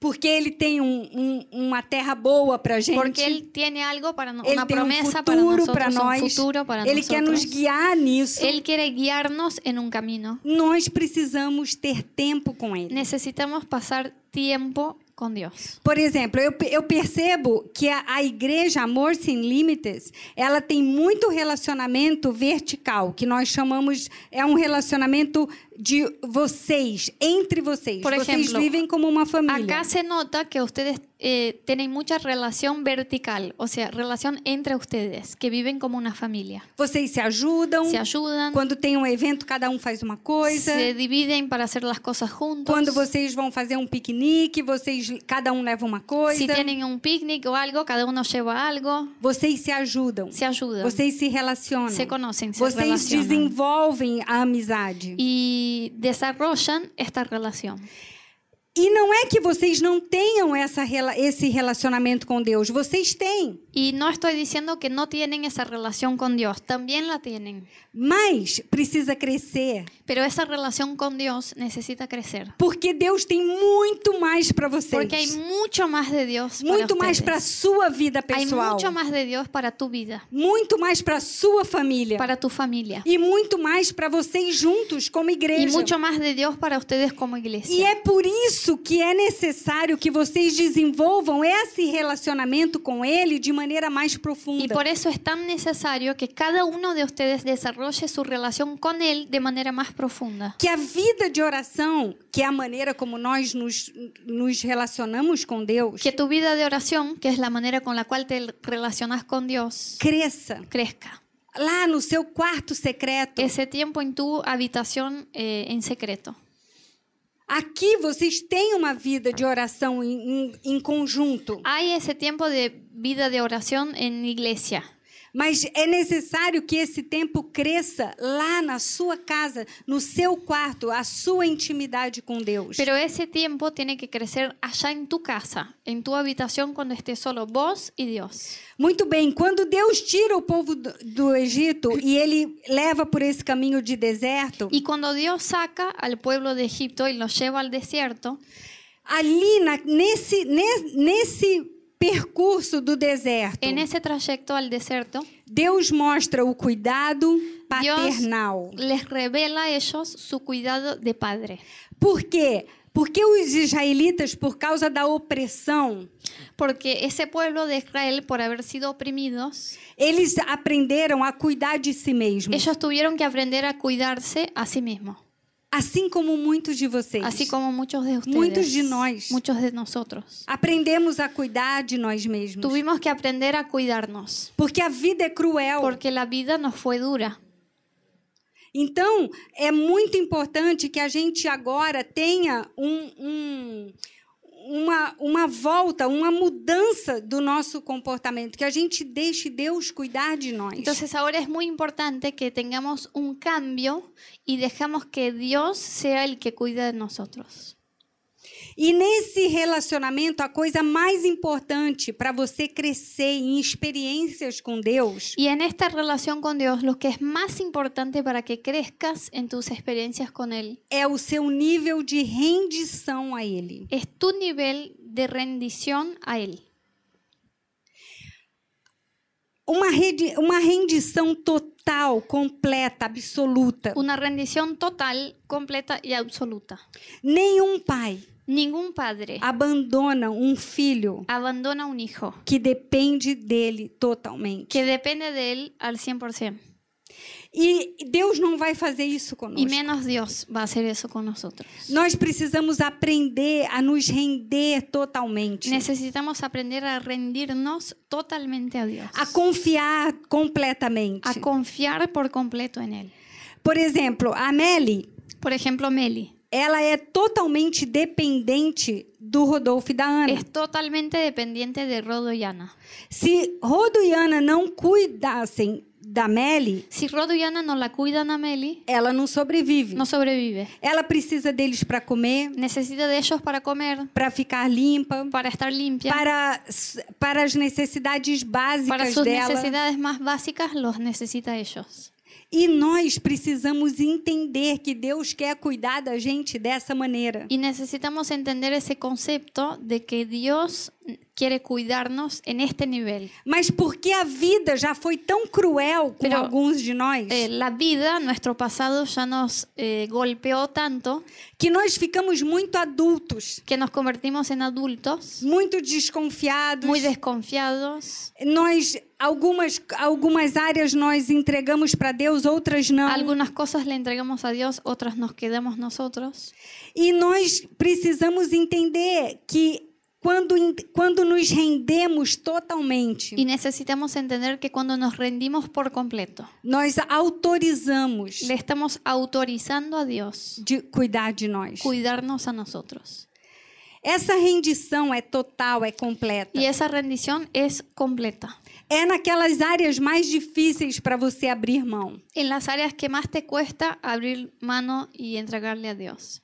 Speaker 1: porque Ele tem um- um- uma terra boa para gente.
Speaker 2: porque Él tiene algo para no-
Speaker 1: Ele
Speaker 2: una
Speaker 1: tem um
Speaker 2: promesa para
Speaker 1: futuro
Speaker 2: nosotros,
Speaker 1: para nós.
Speaker 2: un futuro para
Speaker 1: ele quer
Speaker 2: nosotros.
Speaker 1: nos guiar nisso.
Speaker 2: Él quiere guiarnos en un camino.
Speaker 1: Nós precisamos ter tempo com Ele.
Speaker 2: Necesitamos pasar tiempo con Dios.
Speaker 1: Por exemplo, eu, pe- eu percebo que a, a igreja Amor Sem Limites, ela tem muito relacionamento vertical, que nós chamamos, é um relacionamento de vocês, entre vocês.
Speaker 2: Por
Speaker 1: vocês
Speaker 2: exemplo,
Speaker 1: vivem como uma família.
Speaker 2: Acá se nota que ustedes eh, tienen mucha relación vertical, o sea, relación entre ustedes, que viven como una familia.
Speaker 1: Vocês se ajudam.
Speaker 2: Se ayudan,
Speaker 1: Quando tem um evento, cada um faz uma coisa.
Speaker 2: se dividen para hacer las cosas juntos.
Speaker 1: Quando vocês vão fazer um piquenique, vocês cada um leva uma coisa.
Speaker 2: Si tienen un picnic o algo, cada uno lleva algo,
Speaker 1: Vocês se ajudam.
Speaker 2: se ayudan,
Speaker 1: Vocês se relacionam.
Speaker 2: se conocen, se
Speaker 1: vocês
Speaker 2: relacionan
Speaker 1: desenvolvem a amizade.
Speaker 2: y desarrollan esta relación.
Speaker 1: E não é que vocês não tenham essa, rela- esse relacionamento com Deus. Vocês têm.
Speaker 2: Y no estoy diciendo que no tienen esa relación con Dios, también la tienen,
Speaker 1: Mas precisa crescer.
Speaker 2: pero esa relación con Dios necesita crecer.
Speaker 1: Porque Deus tem muito mais para vocês.
Speaker 2: Porque hay mucho más de Dios. para
Speaker 1: muito mais para a
Speaker 2: ustedes.
Speaker 1: sua vida
Speaker 2: Hay
Speaker 1: pessoal.
Speaker 2: mucho más de Dios para tu vida,
Speaker 1: Muito mais para a sua família.
Speaker 2: para tu familia.
Speaker 1: E muito mais para vocês juntos, como igreja.
Speaker 2: Y mucho más de Dios para ustedes como
Speaker 1: E
Speaker 2: iglesia.
Speaker 1: é por isso que é necessário que vocês desenvolvam esse relacionamento com ele de maneira mais
Speaker 2: Y
Speaker 1: profunda.
Speaker 2: por eso es tan necesario que cada uno de ustedes desarrolle su relación con Él de manera más profunda.
Speaker 1: Que a vida de oração, que é a maneira como nós nos, nos relacionamos com Deus,
Speaker 2: Que tu vida de oración, que es la manera con la cual te relacionas con Dios,
Speaker 1: cresça
Speaker 2: crezca.
Speaker 1: lá no seu quarto secreto.
Speaker 2: Ese tiempo en tu habitación eh, en secreto.
Speaker 1: Aqui vocês têm uma vida de oração em, em- em conjunto,
Speaker 2: Hay ese tiempo de vida de oración en iglesia,
Speaker 1: mas é necessário que esse tempo cresça lá na sua casa, no seu quarto, a sua intimidade com Deus.
Speaker 2: Pero ese tiempo tiene que crecer allá en tu casa, en tu habitación cuando estés solo vos y Dios.
Speaker 1: Muito bem, quando Deus tira o povo do, do Egito e ele leva por esse caminho de deserto,
Speaker 2: Y cuando Dios saca al pueblo de Egipto y los lleva al desierto,
Speaker 1: ali na- nesse, ne- nesse percurso do deserto,
Speaker 2: en ese trayecto al desierto,
Speaker 1: Deus mostra o cuidado
Speaker 2: Dios
Speaker 1: paternal.
Speaker 2: les revela a ellos su cuidado de padre.
Speaker 1: Por quê? Porque os israelitas, por causa da opressão,
Speaker 2: Porque ese pueblo de Israel, por haber sido oprimidos,
Speaker 1: eles aprenderam a cuidar de si mesmos,
Speaker 2: ellos tuvieron que aprender a cuidarse a sí mismos,
Speaker 1: assim como muitos de vocês.
Speaker 2: así Assim como muchos de ustedes.
Speaker 1: Muitos de nós.
Speaker 2: Muchos de nosotros.
Speaker 1: Aprendemos a cuidar de nós mesmos.
Speaker 2: Tuvimos que aprender a cuidarnos.
Speaker 1: Porque a vida é cruel.
Speaker 2: Porque la vida nos fue dura.
Speaker 1: Então, é muito importante que a gente agora tenha um- um- uma, uma volta, uma mudança do nosso comportamento, que a gente deixe Deus cuidar de nós.
Speaker 2: Entonces ahora es muy importante que tengamos un cambio y dejamos que Dios sea el que cuida de nosotros.
Speaker 1: E nesse relacionamento, a coisa mais importante para você crescer em experiências com Deus
Speaker 2: Y en esta relación con Dios, lo que es más importante para que crezcas en tus experiencias con Él
Speaker 1: é o seu nível de rendição a Ele.
Speaker 2: es tu nivel de rendición a Él.
Speaker 1: Uma, redi- uma rendição total, completa, absoluta.
Speaker 2: Una rendición total, completa y absoluta.
Speaker 1: Nenhum pai
Speaker 2: Ningún padre
Speaker 1: abandona um filho
Speaker 2: abandona a un hijo
Speaker 1: que depende dele totalmente.
Speaker 2: que depende de Él al 100%.
Speaker 1: E Deus não vai fazer isso conosco.
Speaker 2: Y menos Dios va a hacer eso con nosotros.
Speaker 1: Nós precisamos aprender a nos render totalmente,
Speaker 2: Necesitamos aprender a rendirnos totalmente a Dios.
Speaker 1: a confiar completamente.
Speaker 2: a confiar por completo en Él.
Speaker 1: Por exemplo, a Meli,
Speaker 2: Por ejemplo, Meli
Speaker 1: ela é totalmente dependente do Rodolfo e da Ana.
Speaker 2: es totalmente dependiente de Rodo y Ana.
Speaker 1: Se Rodo e Ana não cuidassem da Meli,
Speaker 2: Si Rodo y Ana no la cuidan a Meli,
Speaker 1: ela não sobrevive.
Speaker 2: no sobrevive.
Speaker 1: Ela precisa deles para comer,
Speaker 2: Necesita de ellos para comer,
Speaker 1: para ficar limpa,
Speaker 2: para estar limpia.
Speaker 1: para, para as necessidades
Speaker 2: Para
Speaker 1: básicas
Speaker 2: sus
Speaker 1: dela.
Speaker 2: necesidades más básicas los necesita a ellos.
Speaker 1: E nós precisamos entender que Deus quer cuidar da gente dessa maneira.
Speaker 2: Y necesitamos entender ese concepto de que Dios quiere cuidarnos en este nivel.
Speaker 1: Mas porque a vida já foi tão cruel com
Speaker 2: Pero,
Speaker 1: alguns de nós
Speaker 2: Eh, la vida, nuestro pasado ya nos eh, golpeó tanto
Speaker 1: que nós ficamos muito adultos,
Speaker 2: que nos convertimos en adultos
Speaker 1: muito desconfiados.
Speaker 2: muy desconfiados.
Speaker 1: Nós algumas algumas áreas nós entregamos para Deus, outras não.
Speaker 2: Algunas cosas le entregamos a Dios, otras nos quedamos nosotros.
Speaker 1: E nós precisamos entender que quando en- quando nos rendemos totalmente,
Speaker 2: Y necesitamos entender que cuando nos rendimos por completo,
Speaker 1: nós autorizamos
Speaker 2: le estamos autorizando a Dios
Speaker 1: de cuidar de nós.
Speaker 2: cuidarnos a nosotros.
Speaker 1: Essa rendição é total, é completa.
Speaker 2: Y esa rendición es completa.
Speaker 1: É naquelas áreas mais difíceis para você abrir mão.
Speaker 2: En las áreas que más te cuesta abrir mano y entregarle a Dios.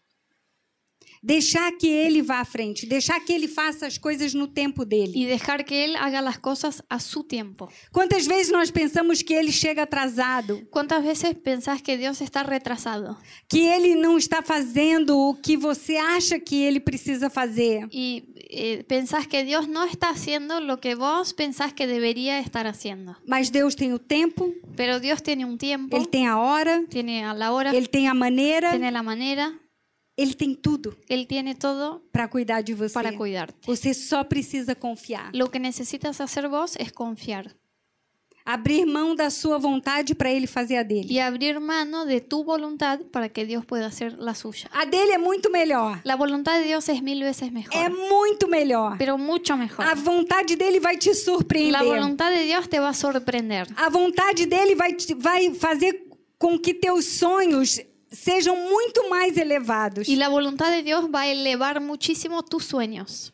Speaker 1: Deixar que ele vá à frente, deixar que ele faça as coisas no tempo dele.
Speaker 2: Y dejar que Él haga las cosas a su tiempo.
Speaker 1: Quantas vezes nós pensamos que ele chega atrasado,
Speaker 2: ¿Cuántas veces pensás que Dios está retrasado?
Speaker 1: que ele não está fazendo o que você acha que ele precisa fazer?
Speaker 2: y eh, pensás que Dios no está haciendo lo que vos pensás que debería estar haciendo.
Speaker 1: Mas Deus tem o tempo,
Speaker 2: Pero Dios tiene un tiempo,
Speaker 1: ele tem a hora,
Speaker 2: tiene a la hora,
Speaker 1: ele tem a maneira,
Speaker 2: tiene la manera,
Speaker 1: ele tem tudo
Speaker 2: Él tiene todo
Speaker 1: para cuidar de você.
Speaker 2: para cuidarte.
Speaker 1: Você só precisa confiar.
Speaker 2: Lo que necesitas hacer vos es confiar
Speaker 1: Abrir mão da sua vontade para ele fazer a dele.
Speaker 2: y abrir mano de tu voluntad para que Dios pueda hacer la suya.
Speaker 1: A dele é muito melhor.
Speaker 2: La voluntad de Dios es mil veces
Speaker 1: É
Speaker 2: mejor,
Speaker 1: muito melhor.
Speaker 2: pero mucho mejor.
Speaker 1: A vontade dele vai te
Speaker 2: La
Speaker 1: surpreender.
Speaker 2: voluntad de Dios te va a sorprender.
Speaker 1: A vontade dele vai, te- vai fazer com que teus sonhos sejam muito mais elevados.
Speaker 2: Y la voluntad de Dios va a elevar muchísimo tus sueños.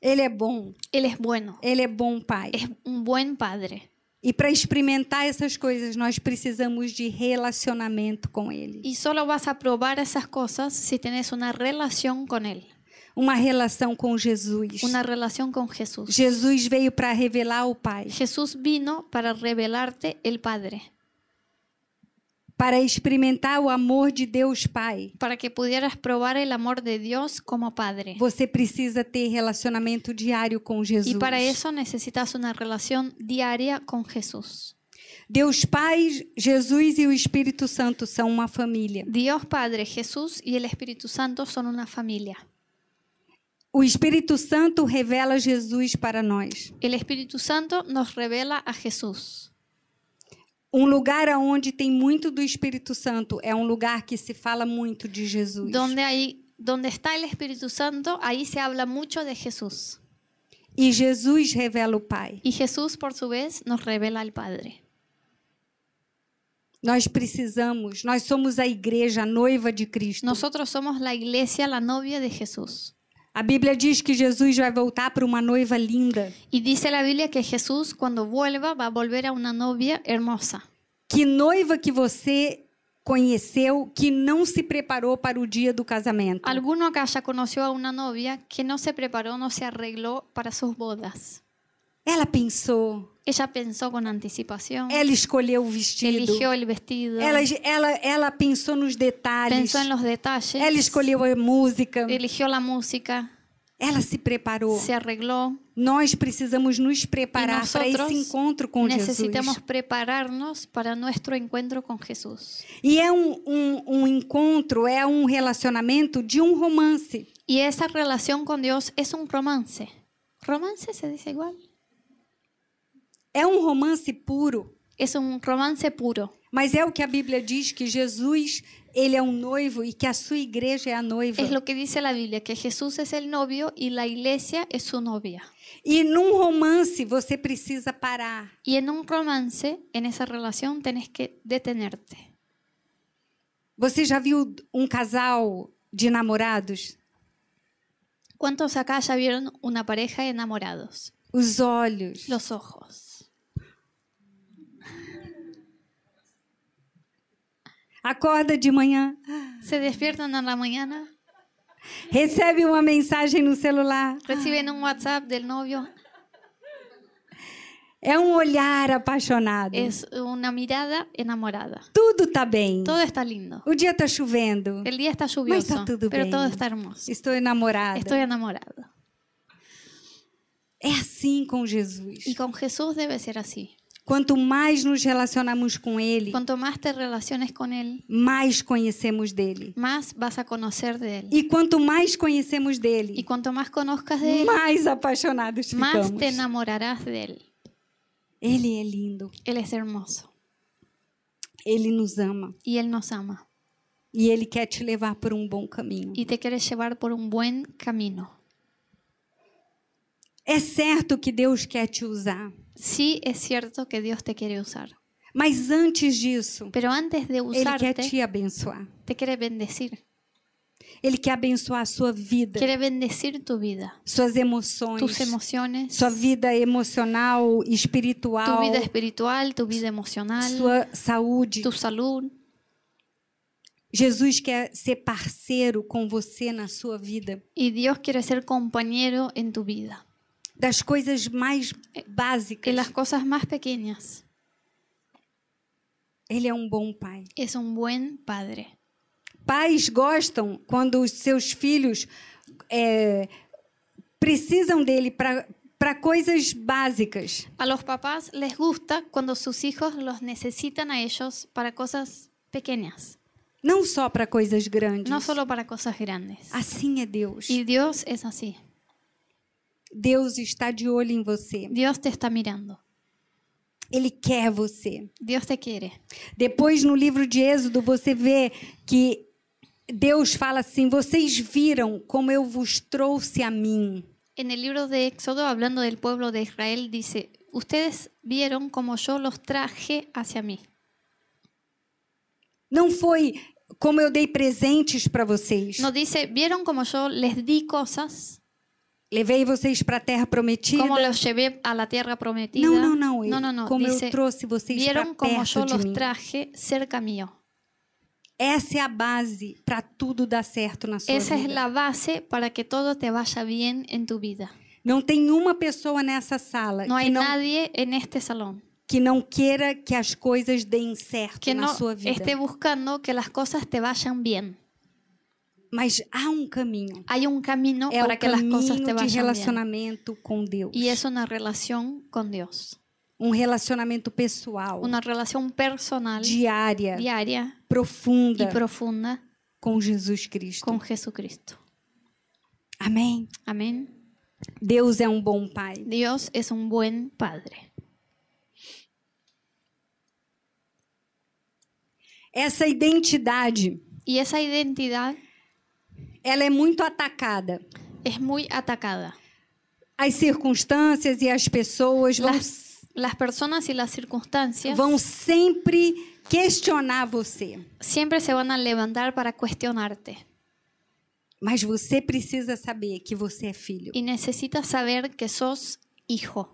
Speaker 1: Ele é bom.
Speaker 2: Él es bueno.
Speaker 1: Ele é bom, Pai.
Speaker 2: es un buen padre.
Speaker 1: E para experimentar essas coisas, nós precisamos de relacionamento com ele.
Speaker 2: Y solo vas a probar esas cosas si tienes una relación con Él,
Speaker 1: Uma relação com Jesus.
Speaker 2: una relación con Jesús.
Speaker 1: Jesus veio para revelar o Pai,
Speaker 2: Jesús vino para revelarte el Padre,
Speaker 1: para experimentar o amor de Deus Pai.
Speaker 2: para que pudieras probar el amor de Dios como Padre.
Speaker 1: Você precisa ter relacionamento diário com Jesus.
Speaker 2: Y para eso necesitas una relación diaria con Jesús.
Speaker 1: Deus Pai, Jesus e o Espírito Santo são uma família.
Speaker 2: Dios Padre, Jesús y el Espíritu Santo son una familia.
Speaker 1: O Espírito Santo revela Jesus para nós.
Speaker 2: El Espíritu Santo nos revela a Jesús.
Speaker 1: Um lugar onde tem muito do Espírito Santo é um lugar que se fala muito de Jesus.
Speaker 2: Donde, hay, donde está el Espíritu Santo, ahí se habla mucho de Jesús.
Speaker 1: E Jesus revela o Pai.
Speaker 2: Y Jesús, por su vez, nos revela al Padre.
Speaker 1: Nós precisamos, nós somos a igreja, a noiva de Cristo.
Speaker 2: Nosotros somos la iglesia, la novia de Jesús.
Speaker 1: A Bíblia diz que Jesus vai voltar para uma noiva linda,
Speaker 2: Y dice la Biblia que Jesús, cuando vuelva, va a volver a una novia hermosa.
Speaker 1: Que noiva que você conheceu que não se preparou para o dia do casamento.
Speaker 2: Alguno acá ya conoció a una novia que no se preparó, no se arregló para sus bodas.
Speaker 1: Ela pensou,
Speaker 2: Ella pensó con anticipación,
Speaker 1: ela escolheu o vestido,
Speaker 2: eligió el vestido,
Speaker 1: ela, ela, ela pensou nos detalhes,
Speaker 2: pensó en los detalles,
Speaker 1: ela escolheu a música,
Speaker 2: eligió la música,
Speaker 1: ela se preparou.
Speaker 2: se arregló.
Speaker 1: Nós precisamos nos preparar
Speaker 2: nós
Speaker 1: para esse
Speaker 2: outros
Speaker 1: encontro com Jesus.
Speaker 2: Necesitamos prepararnos para nuestro encuentro con Jesús.
Speaker 1: E é um, um, um encontro, é um relacionamento de um romance.
Speaker 2: Y esa relación con Dios es un romance. ¿Romance se dice igual?
Speaker 1: É um romance puro,
Speaker 2: Es un romance puro.
Speaker 1: mas é o que a Bíblia diz que Jesus, ele é um noivo e que a sua igreja é a noiva.
Speaker 2: Es lo que dice la Biblia, que Jesús es el novio y la iglesia es su novia.
Speaker 1: E num romance você precisa parar.
Speaker 2: Y en un romance, en esa relación, tenés que detenerte.
Speaker 1: Você já viu um casal de namorados?
Speaker 2: ¿Cuántos acá ya vieron una pareja de enamorados?
Speaker 1: Os olhos,
Speaker 2: Los ojos,
Speaker 1: acorda de manhã,
Speaker 2: se despiertan a la mañana,
Speaker 1: recebe uma mensagem no celular.
Speaker 2: reciben un WhatsApp del novio,
Speaker 1: É um olhar apaixonado.
Speaker 2: es una mirada enamorada.
Speaker 1: Tudo tá bem.
Speaker 2: Todo está lindo.
Speaker 1: O dia tá chovendo.
Speaker 2: El día está lluvioso,
Speaker 1: todo
Speaker 2: pero
Speaker 1: bien.
Speaker 2: todo está hermoso.
Speaker 1: Estou enamorada.
Speaker 2: Estoy enamorada.
Speaker 1: É assim com Jesus.
Speaker 2: Y con Jesús debe ser así.
Speaker 1: Quanto mais nos relacionamos com Ele,
Speaker 2: Cuanto más te relaciones con Él,
Speaker 1: mais conhecemos dele.
Speaker 2: más vas a conocer de Él.
Speaker 1: E quanto mais conhecemos
Speaker 2: Y
Speaker 1: dele,
Speaker 2: cuanto más conozcas de Él,
Speaker 1: mais apaixonados ficamos.
Speaker 2: más te enamorarás de Él.
Speaker 1: Ele é lindo.
Speaker 2: Él es hermoso
Speaker 1: Ele nos ama.
Speaker 2: y Él nos ama
Speaker 1: E Ele quer te levar por um bom caminho.
Speaker 2: y te quiere llevar por un buen camino.
Speaker 1: É certo que Deus quer te usar.
Speaker 2: Sí es cierto que Dios te quiere usar,
Speaker 1: Mas antes disso,
Speaker 2: pero antes de
Speaker 1: Ele quer
Speaker 2: usarte,
Speaker 1: te abençoar.
Speaker 2: te quiere bendecir.
Speaker 1: Ele quer abençoar a sua vida,
Speaker 2: Quiere bendecir tu vida,
Speaker 1: suas emoções,
Speaker 2: tus emociones,
Speaker 1: sua vida emocional,
Speaker 2: tu
Speaker 1: espiritual,
Speaker 2: vida espiritual, tu vida emocional,
Speaker 1: sua saúde.
Speaker 2: tu salud.
Speaker 1: Jesus quer ser parceiro com você na sua vida,
Speaker 2: Y Dios quiere ser compañero en tu vida,
Speaker 1: das coisas mais
Speaker 2: É,
Speaker 1: básicas.
Speaker 2: en las cosas más pequeñas.
Speaker 1: Ele é um bom pai.
Speaker 2: Es un buen padre.
Speaker 1: Pais gostam quando os seus filhos é, precisam dele para coisas básicas.
Speaker 2: A los papás les gusta cuando sus hijos los necesitan a ellos para cosas pequeñas,
Speaker 1: Não só para coisas grandes.
Speaker 2: no solo para cosas grandes.
Speaker 1: Assim é Deus.
Speaker 2: Y Dios es así.
Speaker 1: Deus está de olho em você.
Speaker 2: Dios te está mirando.
Speaker 1: Ele quer você.
Speaker 2: Dios te quiere.
Speaker 1: Depois, no livro de Êxodo, você vê que Deus fala assim: Vocês viram como eu vos trouxe a mim.
Speaker 2: En el libro de Éxodo, hablando del pueblo de Israel, dice, ustedes vieron como yo los traje hacia mí.
Speaker 1: Não foi como eu dei presentes para vocês.
Speaker 2: No dice, vieron como yo les di cosas,
Speaker 1: Levei vocês para a terra prometida.
Speaker 2: como los llevé a la tierra prometida.
Speaker 1: Não, não, não.
Speaker 2: No, no, no.
Speaker 1: como
Speaker 2: dice,
Speaker 1: eu trouxe vocês para
Speaker 2: vieron como yo
Speaker 1: perto de
Speaker 2: los
Speaker 1: mim.
Speaker 2: traje cerca mío.
Speaker 1: Essa é a base para tudo dar certo na sua
Speaker 2: Esa es
Speaker 1: vida.
Speaker 2: é la base para que todo te vaya bien en tu vida.
Speaker 1: Não tem uma pessoa nessa sala
Speaker 2: No
Speaker 1: que,
Speaker 2: hay
Speaker 1: não,
Speaker 2: nadie en este salón
Speaker 1: que não queira que as coisas deem certo
Speaker 2: que
Speaker 1: na
Speaker 2: no
Speaker 1: sua vida.
Speaker 2: esté buscando que las cosas te vayan bien.
Speaker 1: Mas há um caminho.
Speaker 2: Hay un camino
Speaker 1: É
Speaker 2: para
Speaker 1: o
Speaker 2: que las cosas te
Speaker 1: caminho de
Speaker 2: vayan bien.
Speaker 1: relacionamento com Deus.
Speaker 2: Y es una relación con Dios.
Speaker 1: Um relacionamento pessoal,
Speaker 2: Una relación personal,
Speaker 1: diária,
Speaker 2: diaria y
Speaker 1: profunda
Speaker 2: profunda
Speaker 1: com Jesus Cristo.
Speaker 2: con Jesucristo.
Speaker 1: Amém?
Speaker 2: Amén.
Speaker 1: Deus é um bom Pai.
Speaker 2: Dios es un buen Padre.
Speaker 1: Essa identidade,
Speaker 2: Y esa identidad
Speaker 1: ela é muito atacada.
Speaker 2: es muy atacada.
Speaker 1: As circunstâncias e as pessoas vão,
Speaker 2: Las, las personas y las circunstancias
Speaker 1: vão sempre questionar você.
Speaker 2: siempre se van a levantar para cuestionarte.
Speaker 1: Mas você precisa saber que você é filho.
Speaker 2: Y necesitas saber que sos hijo.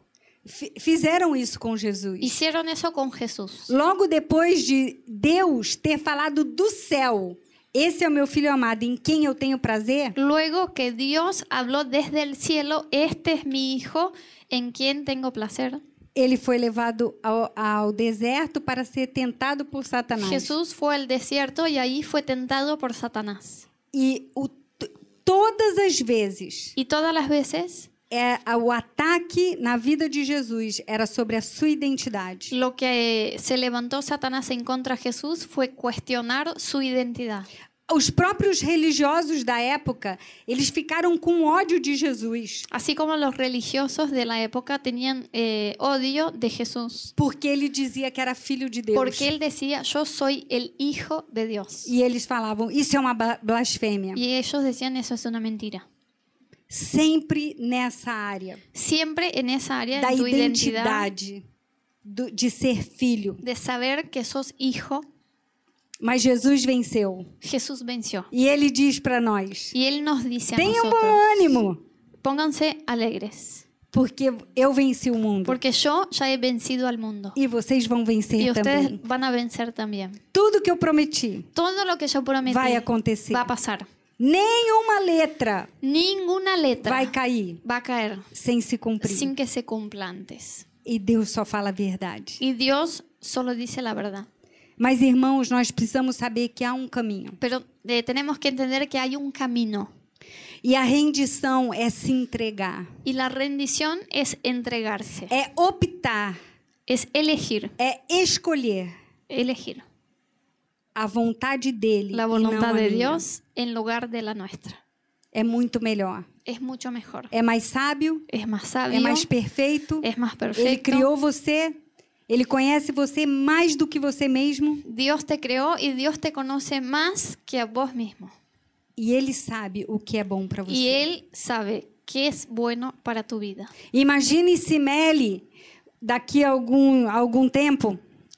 Speaker 1: fi- fizeram isso com Jesus.
Speaker 2: Hicieron eso con Jesús.
Speaker 1: Logo depois de Deus ter falado do céu, esse é o meu filho amado, em quem eu tenho prazer,
Speaker 2: Luego que Dios habló desde el cielo, este es mi hijo en quien tengo placer.
Speaker 1: ele foi levado ao, ao deserto para ser tentado por Satanás.
Speaker 2: Jesús fue al desierto y ahí fue tentado por Satanás.
Speaker 1: E o- t- todas as vezes
Speaker 2: Y todas las veces
Speaker 1: é, a- o ataque na vida de Jesus era sobre a sua identidade.
Speaker 2: lo que eh, se levantó Satanás en contra de Jesús fue cuestionar su identidad.
Speaker 1: Os próprios religiosos da época, eles ficaram com ódio de Jesus,
Speaker 2: Así como los religiosos de la época tenían eh, odio de Jesús,
Speaker 1: porque ele dizia que era filho de Deus.
Speaker 2: porque él decía, yo soy el hijo de Dios.
Speaker 1: E eles falavam, isso é uma ba- blasfêmia.
Speaker 2: Y ellos decían, eso es una mentira.
Speaker 1: Sempre nessa área
Speaker 2: Siempre en esa área
Speaker 1: da
Speaker 2: de tu identidad,
Speaker 1: identidade, do- de ser filho.
Speaker 2: de saber que sos hijo,
Speaker 1: Mas Jesus venceu.
Speaker 2: Jesús venció.
Speaker 1: E ele diz para nós:
Speaker 2: Y él nos dice a
Speaker 1: tenham
Speaker 2: nosotros,
Speaker 1: bom ánimo,
Speaker 2: pónganse alegres,
Speaker 1: porque eu venci o mundo.
Speaker 2: porque yo ya he vencido al mundo.
Speaker 1: E vocês vão vencer
Speaker 2: Y
Speaker 1: também.
Speaker 2: ustedes van a vencer también.
Speaker 1: Tudo que eu prometi
Speaker 2: Todo lo que yo prometí
Speaker 1: vai acontecer.
Speaker 2: va a pasar.
Speaker 1: Nenhuma letra
Speaker 2: Ninguna letra
Speaker 1: vai cair
Speaker 2: va a caer
Speaker 1: sem se cumprir.
Speaker 2: sin que se cumpla antes.
Speaker 1: E Deus só fala a verdade.
Speaker 2: Y Dios solo dice la verdad.
Speaker 1: Mas, irmãos, nós precisamos saber que há um caminho.
Speaker 2: Pero eh, tenemos que entender que hay un camino.
Speaker 1: E a rendição é se entregar,
Speaker 2: Y la rendición es entregarse,
Speaker 1: é optar,
Speaker 2: es elegir,
Speaker 1: é escolher
Speaker 2: elegir
Speaker 1: a vontade dele.
Speaker 2: la
Speaker 1: e não a
Speaker 2: voluntad de
Speaker 1: minha.
Speaker 2: Dios en lugar de la nuestra.
Speaker 1: É muito melhor.
Speaker 2: Es mucho mejor,
Speaker 1: É mais sábio,
Speaker 2: es más
Speaker 1: é
Speaker 2: sabio, É
Speaker 1: mais perfeito.
Speaker 2: es más
Speaker 1: Ele
Speaker 2: perfecto.
Speaker 1: criou você, ele conhece você mais do que você mesmo.
Speaker 2: Dios te creó y Dios te conoce más que a vos mismo.
Speaker 1: E ele sabe o que é bom para você.
Speaker 2: Y Él sabe qué es bueno para tu vida.
Speaker 1: Imagine Simele daqui a algum, algum tempo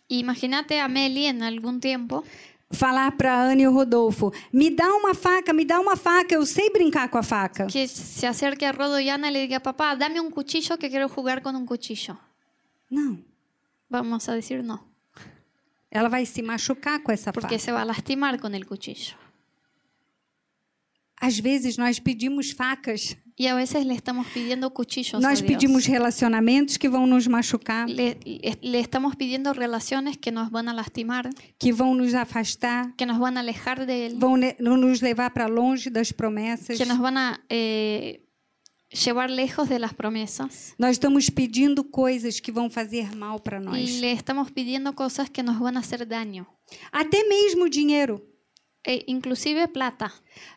Speaker 2: Imagínate a Meli en algún tiempo
Speaker 1: falar para Ana e o Rodolfo: me dá uma faca, me dá uma faca, eu sei brincar com a faca.
Speaker 2: que se acerque a Rodo y Ana y le diga, papá, dame un cuchillo que quiero jugar con un cuchillo.
Speaker 1: Não,
Speaker 2: Vamos a decir no,
Speaker 1: ela vai se machucar com essa
Speaker 2: porque
Speaker 1: faca.
Speaker 2: se va a lastimar con el cuchillo.
Speaker 1: Às vezes nós pedimos facas,
Speaker 2: Y a veces le estamos pidiendo cuchillos.
Speaker 1: nós
Speaker 2: a Dios.
Speaker 1: pedimos relacionamentos que vão nos machucar,
Speaker 2: Le, le- le estamos pidiendo relaciones que nos van a lastimar,
Speaker 1: que vão nos afastar,
Speaker 2: que nos van a alejar de Él,
Speaker 1: vão ne- nos levar para longe das promessas.
Speaker 2: que nos van a eh, llevar lejos de las promesas.
Speaker 1: Nós estamos pedindo coisas que vão fazer mal para
Speaker 2: Y
Speaker 1: nós.
Speaker 2: le estamos pidiendo cosas que nos van a hacer daño,
Speaker 1: Até mesmo dinheiro.
Speaker 2: e inclusive plata.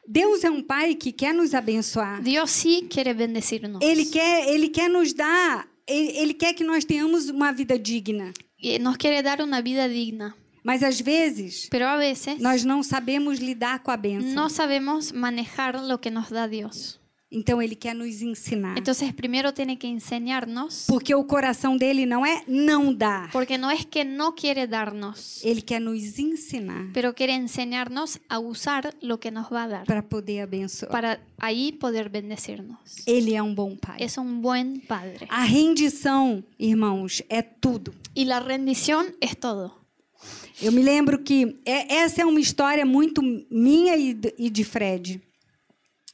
Speaker 1: Deus é um pai que quer nos abençoar.
Speaker 2: Dios sí quiere bendecirnos.
Speaker 1: Ele quer, ele quer nos dar, ele, ele quer que nós tenhamos uma vida digna.
Speaker 2: Y Nos quiere dar una vida digna,
Speaker 1: Mas às vezes
Speaker 2: pero a veces
Speaker 1: nós não sabemos lidar com a bênção.
Speaker 2: no sabemos manejar lo que nos da Dios.
Speaker 1: Então ele quer nos ensinar.
Speaker 2: Entonces primero tiene que enseñarnos,
Speaker 1: Porque o coração dele não é não dar.
Speaker 2: porque no es que no quiere darnos,
Speaker 1: Ele quer nos ensinar
Speaker 2: pero quiere enseñarnos a usar lo que nos va a dar
Speaker 1: para poder abençoar.
Speaker 2: para ahí poder bendecirnos.
Speaker 1: Ele é um bom pai.
Speaker 2: Es un buen padre.
Speaker 1: A rendição, irmãos, é tudo.
Speaker 2: Y la rendición es todo.
Speaker 1: Eu me lembro que é- essa é uma história muito minha e d- e de Fred.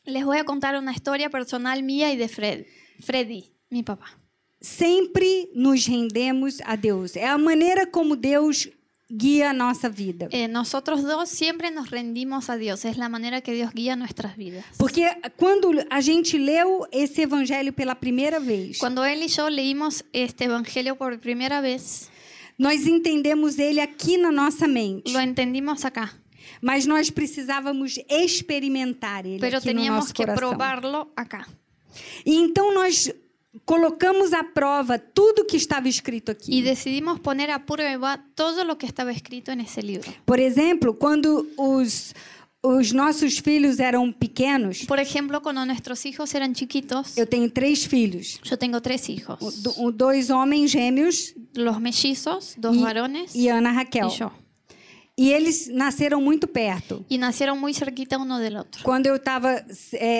Speaker 2: Les voy a contar una historia personal mía y de Fred, Freddy, mi papá.
Speaker 1: Sempre nos rendemos a Deus. É a maneira como Deus guia a nossa vida.
Speaker 2: Eh, nosotros dos siempre nos rendimos a Dios, es la manera que Dios guía nuestras vidas.
Speaker 1: Porque quando a gente leu esse evangelho pela primeira vez,
Speaker 2: Cuando él y yo leímos este Evangelio por primera vez,
Speaker 1: nós entendemos ele aqui na nossa mente.
Speaker 2: lo entendimos acá,
Speaker 1: Mas nós precisávamos experimentar ele
Speaker 2: pero
Speaker 1: aqui no
Speaker 2: teníamos
Speaker 1: nosso
Speaker 2: que é
Speaker 1: coração.
Speaker 2: probarlo acá.
Speaker 1: E então nós colocamos à prova tudo que estava escrito aqui.
Speaker 2: Y decidimos poner a prueba todo lo que estaba escrito en ese libro.
Speaker 1: Por exemplo, quando os, os nossos filhos eram pequenos,
Speaker 2: Por ejemplo, cuando nuestros hijos eran chiquitos,
Speaker 1: eu tenho três filhos,
Speaker 2: yo tengo tres hijos,
Speaker 1: o- Oh, do- o- dois homens gêmeos
Speaker 2: los mellizos, dos
Speaker 1: e,
Speaker 2: varones
Speaker 1: e
Speaker 2: y
Speaker 1: Ana Raquel.
Speaker 2: yo.
Speaker 1: E eles nasceram muito perto.
Speaker 2: y nacieron muy cerquita uno del otro.
Speaker 1: Quando eu estava,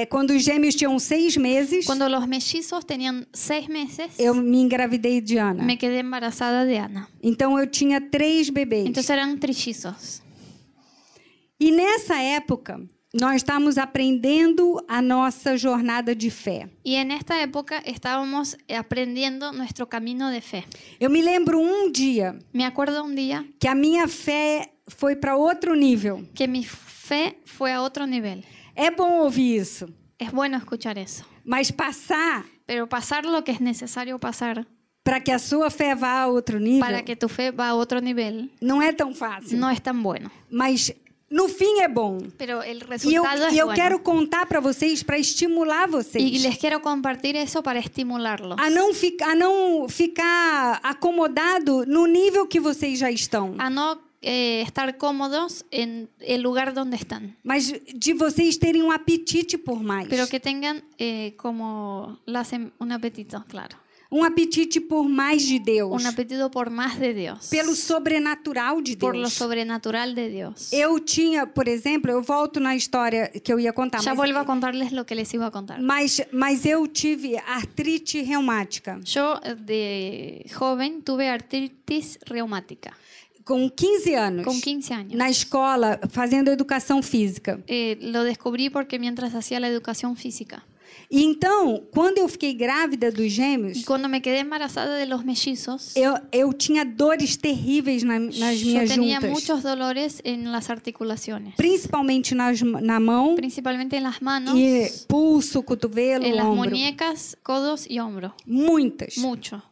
Speaker 1: quando os gêmeos tinham seis meses,
Speaker 2: Cuando los mellizos tenían seis meses,
Speaker 1: eu me engravidei de Ana.
Speaker 2: me quedé embarazada de Ana.
Speaker 1: Então eu tinha três bebês.
Speaker 2: Entonces eran trillizos.
Speaker 1: E nessa época, nós estamos aprendendo a nossa jornada de fé.
Speaker 2: Y en esta época estábamos aprendiendo nuestro camino de fe.
Speaker 1: Eu me lembro um dia
Speaker 2: Me acuerdo un día
Speaker 1: que a minha fé foi para outro nível.
Speaker 2: que mi fe fue a otro nivel.
Speaker 1: É bom ouvir isso,
Speaker 2: Es bueno escuchar eso,
Speaker 1: mas passar
Speaker 2: pero pasar lo que es necesario pasar
Speaker 1: para que a sua fé vá a outro nível
Speaker 2: para que tu fe va a otro nivel
Speaker 1: não é tão fácil.
Speaker 2: no es tan bueno.
Speaker 1: Mas no fim é bom.
Speaker 2: Pero el
Speaker 1: E eu,
Speaker 2: resultado
Speaker 1: e
Speaker 2: es
Speaker 1: eu
Speaker 2: bueno.
Speaker 1: quero contar para vocês, para estimular
Speaker 2: Y
Speaker 1: vocês
Speaker 2: les quiero compartir eso para estimularlos.
Speaker 1: a não, fi, a não ficar acomodado no nível que vocês já estão,
Speaker 2: a no eh, estar cómodos en el lugar donde están,
Speaker 1: mas de vocês terem um apetite por mais.
Speaker 2: pero que tengan eh, como la sem- un apetito, claro,
Speaker 1: Um apetite por mais de Deus,
Speaker 2: un apetito por más de Dios,
Speaker 1: pelo sobrenatural de
Speaker 2: por lo
Speaker 1: Deus.
Speaker 2: sobrenatural de Dios.
Speaker 1: Eu tinha, por exemplo, eu volto na história que eu ia contar,
Speaker 2: ya
Speaker 1: mas,
Speaker 2: vuelvo a contarles lo que les iba a contar.
Speaker 1: mas, mas eu tive artrite reumática.
Speaker 2: Yo eh, de joven tuve artritis reumática
Speaker 1: Com 15 anos,
Speaker 2: con 15 años.
Speaker 1: na escola, fazendo educação física.
Speaker 2: Eh, lo descubrí porque mientras hacía la educación física.
Speaker 1: E então, quando eu fiquei grávida dos
Speaker 2: Y
Speaker 1: gêmeos,
Speaker 2: cuando me quedé embarazada de los mellizos,
Speaker 1: eu, eu tinha dores terríveis na- nas
Speaker 2: yo
Speaker 1: minhas
Speaker 2: tenía
Speaker 1: juntas.
Speaker 2: muchos dolores en las articulaciones.
Speaker 1: Principalmente nas, na mão,
Speaker 2: principalmente en las manos,
Speaker 1: e pulso, cotovelo,
Speaker 2: en las
Speaker 1: ombro.
Speaker 2: muñecas, codos y hombro.
Speaker 1: Muitas.
Speaker 2: Mucho.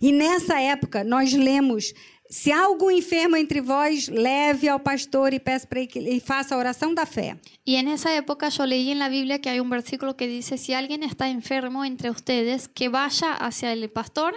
Speaker 1: E nessa época, nós lemos: se há algum enfermo entre vós, leve ao pastor e peça para que ele faça a oração da fé.
Speaker 2: Y en esa época yo leí en la Biblia que hay un versículo que dice, si alguien está enfermo entre ustedes, que vaya hacia el pastor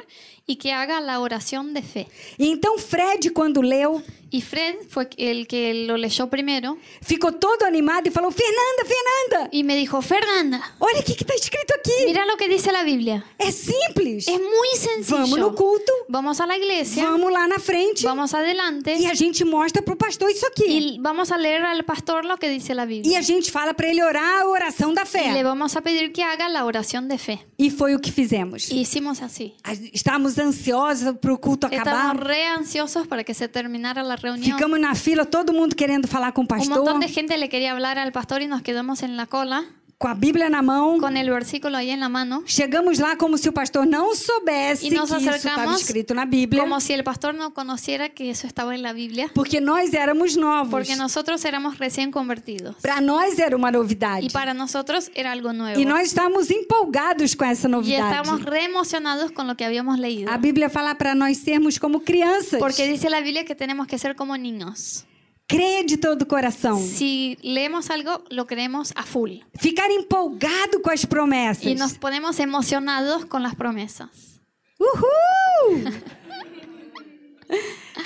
Speaker 2: y que haga la oración de fe.
Speaker 1: E então, Fred, quando leu,
Speaker 2: Y Fred fue el que lo leyó primero
Speaker 1: ficou todo animado e falou: Fernanda, Fernanda,
Speaker 2: y me dijo, Fernanda,
Speaker 1: olha o que está escrito aqui.
Speaker 2: mira lo que dice la Biblia.
Speaker 1: É simples.
Speaker 2: Es muy
Speaker 1: Vamos no
Speaker 2: sencillo.
Speaker 1: culto,
Speaker 2: Vamos a la iglesia,
Speaker 1: vamos lá na frente
Speaker 2: é vamos
Speaker 1: e
Speaker 2: adelante
Speaker 1: a gente mostra pro pastor isso aqui.
Speaker 2: y vamos a leer al pastor lo que dice la
Speaker 1: E
Speaker 2: Biblia.
Speaker 1: a gente fala para ele orar a oração da
Speaker 2: Y le
Speaker 1: fé.
Speaker 2: vamos a pedir que haga la oración de fe.
Speaker 1: E foi o que fizemos.
Speaker 2: Y Hicimos así.
Speaker 1: A- Estávamos ansiosos pro culto acabar.
Speaker 2: Estábamos re ansiosos para que se terminara la reunión.
Speaker 1: Ficamos na fila, todo mundo querendo falar com o
Speaker 2: Un
Speaker 1: pastor,
Speaker 2: montón Um de gente le quería hablar al pastor y nos quedamos en la cola
Speaker 1: com a Bíblia na mão.
Speaker 2: con el versículo ahí en la mano,
Speaker 1: Chegamos lá como se o pastor não soubesse
Speaker 2: E
Speaker 1: que
Speaker 2: nós
Speaker 1: isso estava
Speaker 2: acercamos
Speaker 1: escrito na Bíblia,
Speaker 2: como si el pastor no conociera que eso estaba en la Biblia,
Speaker 1: porque nós éramos novos.
Speaker 2: porque nosotros éramos recién convertidos
Speaker 1: Para nós era uma novidade.
Speaker 2: y para nosotros era algo
Speaker 1: E
Speaker 2: nuevo.
Speaker 1: nós estávamos empolgados com essa
Speaker 2: Y
Speaker 1: novidade.
Speaker 2: estábamos re emocionados con lo que habíamos leído,
Speaker 1: A Bíblia fala para nós sermos como crianças.
Speaker 2: porque dice la Biblia que tenemos que ser como niños.
Speaker 1: Creia de todo o coração.
Speaker 2: Si leemos algo, lo creemos a full
Speaker 1: Ficar empolgado com as promessas.
Speaker 2: y nos ponemos emocionados con las promesas.
Speaker 1: Uhul!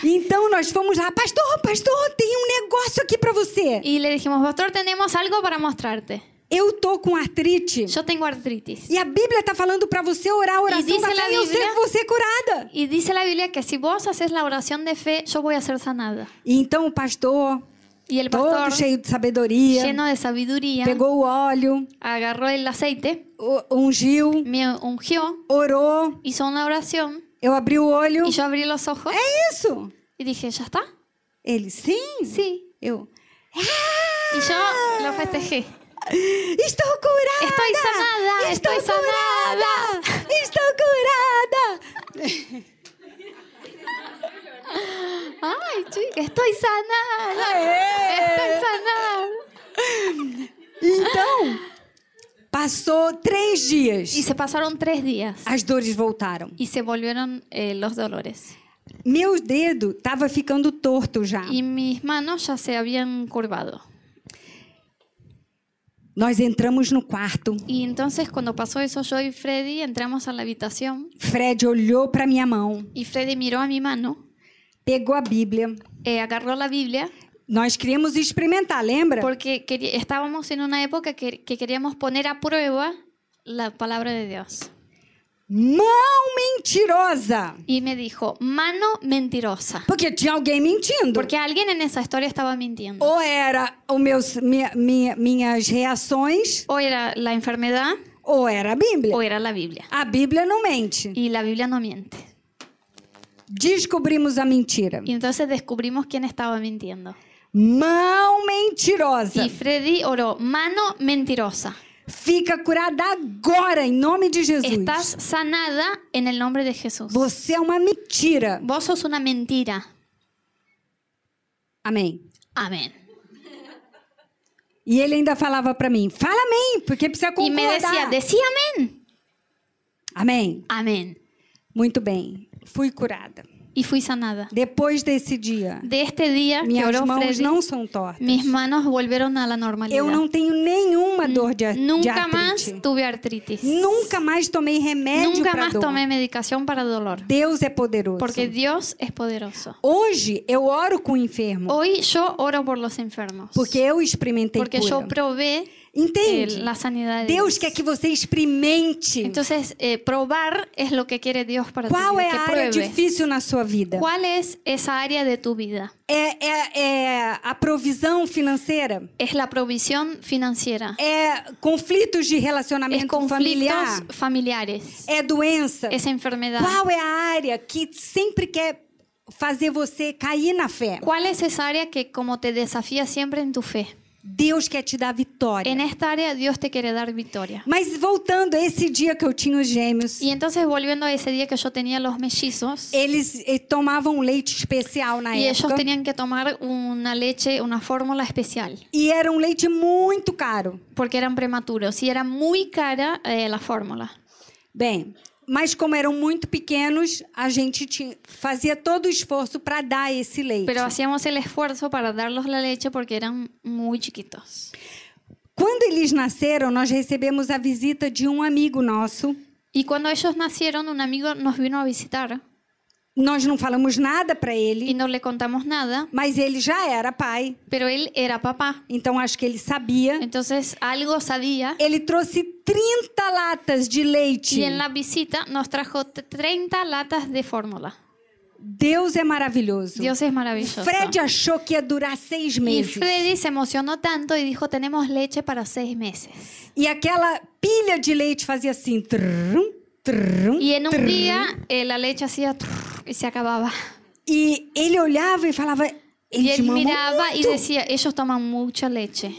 Speaker 1: então nós fomos lá, pastor, pastor, tem um negócio aqui para você.
Speaker 2: Y le dijimos, pastor, tenemos algo para mostrarte.
Speaker 1: Eu tô com artrite.
Speaker 2: Yo tengo artritis.
Speaker 1: E a Bíblia tá falando para você orar a oração
Speaker 2: diz
Speaker 1: da
Speaker 2: ela
Speaker 1: fé
Speaker 2: a
Speaker 1: e eu sei
Speaker 2: Bíblia?
Speaker 1: que você é curada.
Speaker 2: Y dice la Biblia que si vos haces la oración de fe, yo voy a ser sanada.
Speaker 1: E então o pastor,
Speaker 2: Y el
Speaker 1: todo
Speaker 2: pastor,
Speaker 1: cheio de sabedoria,
Speaker 2: lleno de sabiduría,
Speaker 1: pegou o óleo,
Speaker 2: agarró el aceite,
Speaker 1: o- ungiu,
Speaker 2: me ungió,
Speaker 1: orou,
Speaker 2: hizo una oración
Speaker 1: eu abri o olho.
Speaker 2: y yo abrí los ojos
Speaker 1: É isso.
Speaker 2: y dije, ¿ya está?
Speaker 1: Ele, sim.
Speaker 2: Sí.
Speaker 1: Eu,
Speaker 2: Y yo lo festejé.
Speaker 1: estou curada.
Speaker 2: Estoy sanada,
Speaker 1: estou
Speaker 2: estoy sanada.
Speaker 1: curada, Estou curada.
Speaker 2: Ay, chica, estoy sanada. Estoy
Speaker 1: Aê!
Speaker 2: sanada.
Speaker 1: Então, passou três dias.
Speaker 2: Y se pasaron tres días
Speaker 1: As dores voltaram.
Speaker 2: y se volvieron eh, los dolores.
Speaker 1: Meu dedo estava ficando torto já.
Speaker 2: Y mis manos ya se habían curvado.
Speaker 1: Nós entramos no quarto.
Speaker 2: Y entonces cuando pasó eso, yo y Freddy entramos a la habitación
Speaker 1: Fred olhou para minha mão,
Speaker 2: y Freddy miró a mi mano,
Speaker 1: pegou a Bíblia.
Speaker 2: eh, agarró la Biblia,
Speaker 1: Nós queríamos experimentar, lembra?
Speaker 2: porque queri- estábamos en una época que, que queríamos poner a prueba la palabra de Dios.
Speaker 1: mão mentirosa.
Speaker 2: y me dijo, mano mentirosa.
Speaker 1: Porque tinha alguém mentindo.
Speaker 2: Porque alguien en esa historia estaba mintiendo.
Speaker 1: Ou era os meus, minha- minha- minhas reações,
Speaker 2: O era la enfermedad
Speaker 1: ou era a Bíblia.
Speaker 2: o era la Biblia.
Speaker 1: A Bíblia não mente.
Speaker 2: Y la Biblia no miente.
Speaker 1: Descobrimos a mentira.
Speaker 2: Y entonces descubrimos quién estaba mintiendo.
Speaker 1: Mão mentirosa.
Speaker 2: Y Freddy oró, mano mentirosa.
Speaker 1: Fica curada agora, em nome de Jesus.
Speaker 2: Estás sanada en el nombre de Jesús.
Speaker 1: Você é uma mentira.
Speaker 2: Vos sos una mentira.
Speaker 1: Amém.
Speaker 2: Amén.
Speaker 1: E ele ainda falava para mim: fala amém, porque precisa
Speaker 2: Y me decía,
Speaker 1: concordar.
Speaker 2: decí amén.
Speaker 1: Amém.
Speaker 2: Amén.
Speaker 1: Muito bem. Fui curada.
Speaker 2: Y fui sanada.
Speaker 1: Depois desse dia,
Speaker 2: De este día que
Speaker 1: minhas
Speaker 2: oró
Speaker 1: mãos
Speaker 2: Freddy,
Speaker 1: não são tortas.
Speaker 2: mis manos volvieron a la normalidad.
Speaker 1: Eu não tenho nenhuma dor de, ar- de
Speaker 2: Nunca más
Speaker 1: artrite.
Speaker 2: tuve artritis.
Speaker 1: Nunca mais tomei remédio
Speaker 2: Nunca
Speaker 1: para
Speaker 2: más
Speaker 1: dor.
Speaker 2: tomé medicación para dolor.
Speaker 1: Deus é poderoso.
Speaker 2: Porque Dios es poderoso.
Speaker 1: Hoje eu oro com o enfermo,
Speaker 2: Hoy yo oro por los enfermos.
Speaker 1: porque eu experimentei
Speaker 2: Porque
Speaker 1: cura.
Speaker 2: yo probé eh,
Speaker 1: Entende?
Speaker 2: la sanidad de
Speaker 1: Deus
Speaker 2: Dios.
Speaker 1: quer que você experimente
Speaker 2: Entonces, eh, probar es lo que quiere Dios para ti.
Speaker 1: qual
Speaker 2: lo
Speaker 1: é
Speaker 2: que
Speaker 1: a área
Speaker 2: pruebes.
Speaker 1: difícil na sua vida.
Speaker 2: ¿Cuál es esa área de tu vida?
Speaker 1: É, é- é a provisão financeira?
Speaker 2: ¿Es la provisión financiera?
Speaker 1: É conflitos de
Speaker 2: ¿Es
Speaker 1: relacionamento
Speaker 2: conflictos
Speaker 1: familiar?
Speaker 2: familiares?
Speaker 1: É doença?
Speaker 2: ¿Es enfermedad?
Speaker 1: Qual é a área que sempre quer fazer você cair na fé?
Speaker 2: ¿Cuál es esa área que como te desafía siempre en tu fe?
Speaker 1: Deus quer te dar vitória.
Speaker 2: En esta área Dios te quiere dar victoria.
Speaker 1: Mas voltando a esse dia que eu tinha os gêmeos,
Speaker 2: Y entonces volviendo a ese día que yo tenía los mellizos
Speaker 1: eles eh, tomavam um leite especial na
Speaker 2: y ellos
Speaker 1: época.
Speaker 2: tenían que tomar una leche, una fórmula especial,
Speaker 1: E era um leite muito caro.
Speaker 2: porque eran prematuros y era muy cara eh, la fórmula.
Speaker 1: Bem, mas como eram muito pequenos, a gente tinha, fazia todo o esforço para dar esse leite.
Speaker 2: Pero hacíamos el esfuerzo para darlos la leche porque eran muy chiquitos.
Speaker 1: Quando eles nasceram, nós recebemos a visita de um amigo nosso.
Speaker 2: Y cuando ellos nacieron, un amigo nos vino a visitar
Speaker 1: Nós não falamos nada para
Speaker 2: y
Speaker 1: ele,
Speaker 2: no le contamos nada,
Speaker 1: mas ele já era pai,
Speaker 2: pero él era papá.
Speaker 1: então acho que ele sabia.
Speaker 2: Entonces algo sabía
Speaker 1: Ele trouxe 30 latas de leite.
Speaker 2: y en la visita nos trajo t- 30 latas de fórmula.
Speaker 1: Deus é maravilhoso.
Speaker 2: Dios es maravilloso.
Speaker 1: Fred achou que ia durar seis
Speaker 2: y
Speaker 1: meses.
Speaker 2: Freddy se emocionó tanto y dijo, tenemos leche para seis meses.
Speaker 1: E aquela pilha de leite fazia assim. trum, trum,
Speaker 2: Y en un
Speaker 1: trum.
Speaker 2: día eh, la leche hacía trrr y se acababa.
Speaker 1: E ele olhava e falava.
Speaker 2: Y
Speaker 1: Eles
Speaker 2: él
Speaker 1: mamam
Speaker 2: miraba y
Speaker 1: muito."
Speaker 2: decía, ellos toman mucha leche.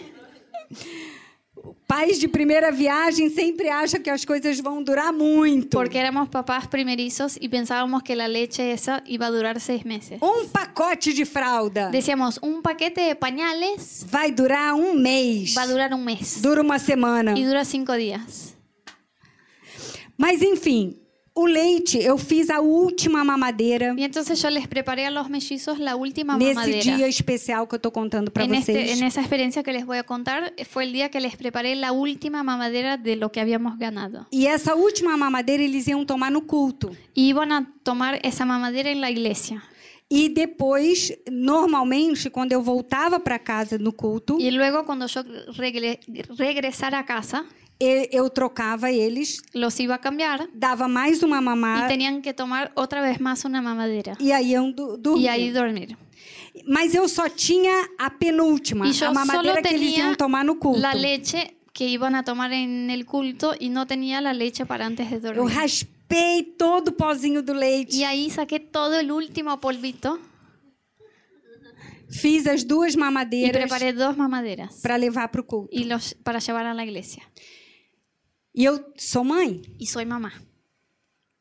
Speaker 1: Pais de primeira viagem sempre acham que as coisas vão durar muito.
Speaker 2: Porque éramos papás primerizos y pensábamos que la leche esa iba a durar seis meses.
Speaker 1: Um pacote de fralda
Speaker 2: Decíamos, un paquete de pañales
Speaker 1: vai durar um mês.
Speaker 2: va a durar un mes.
Speaker 1: Dura uma semana.
Speaker 2: Y dura cinco días.
Speaker 1: Mas enfim, o leite, eu fiz a última mamadeira
Speaker 2: Y entonces yo les preparé a los mellizos la última
Speaker 1: nesse dia
Speaker 2: mamadera.
Speaker 1: especial que eu tô contando para
Speaker 2: En, este-
Speaker 1: vocês.
Speaker 2: en esa experiencia que les voy a contar, fue el día que les preparé la última mamadera de lo que habíamos ganado.
Speaker 1: E essa última mamadeira eles iam tomar no culto.
Speaker 2: Y iban a tomar esa mamadera en la iglesia.
Speaker 1: E depois, normalmente, quando eu voltava para casa no culto,
Speaker 2: Y luego cuando yo regre- regresara a casa,
Speaker 1: e- eu trocava eles,
Speaker 2: los iba a cambiar
Speaker 1: dava mais uma
Speaker 2: y
Speaker 1: mamada
Speaker 2: tenían que tomar otra vez más una mamadera.
Speaker 1: e aí iam do,
Speaker 2: Y
Speaker 1: dormir.
Speaker 2: ahí dormir.
Speaker 1: Mas eu só tinha a penúltima,
Speaker 2: Y yo
Speaker 1: a
Speaker 2: solo
Speaker 1: mamadeira que eles
Speaker 2: tenía
Speaker 1: iam tomar no culto.
Speaker 2: la leche que iban a tomar en el culto y no tenía la leche para antes de
Speaker 1: Eu
Speaker 2: dormir.
Speaker 1: raspei todo o pozinho do leite,
Speaker 2: Y ahí saqué todo el último polvito
Speaker 1: fiz as duas
Speaker 2: y
Speaker 1: mamadeiras
Speaker 2: preparé dos mamaderas
Speaker 1: para levar para o culto.
Speaker 2: y los para llevar a la iglesia.
Speaker 1: E eu sou mãe.
Speaker 2: Y soy mamá.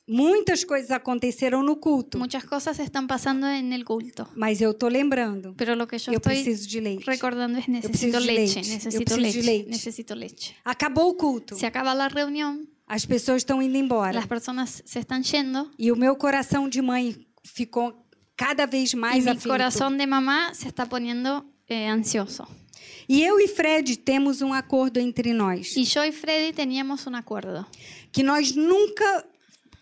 Speaker 1: Muitas coisas aconteceram no culto,
Speaker 2: Muchas cosas están pasando en el culto,
Speaker 1: mas eu tô lembrando.
Speaker 2: pero lo que yo
Speaker 1: eu
Speaker 2: estoy
Speaker 1: preciso de leite.
Speaker 2: recordando es
Speaker 1: preciso
Speaker 2: necesito
Speaker 1: de
Speaker 2: leche,
Speaker 1: leche. Yo
Speaker 2: necesito
Speaker 1: preciso de
Speaker 2: leche,
Speaker 1: leche.
Speaker 2: necesito leche.
Speaker 1: Acabou o culto.
Speaker 2: Se acaba la reunión,
Speaker 1: As pessoas estão indo embora.
Speaker 2: las personas se están yendo
Speaker 1: E o meu coração de mãe ficou cada vez
Speaker 2: y
Speaker 1: mais
Speaker 2: mi
Speaker 1: aflito.
Speaker 2: corazón de mamá se está poniendo eh, ansioso.
Speaker 1: E eu e Fred temos um acordo entre nós,
Speaker 2: Y yo y Freddy teníamos un acuerdo.
Speaker 1: que nós nunca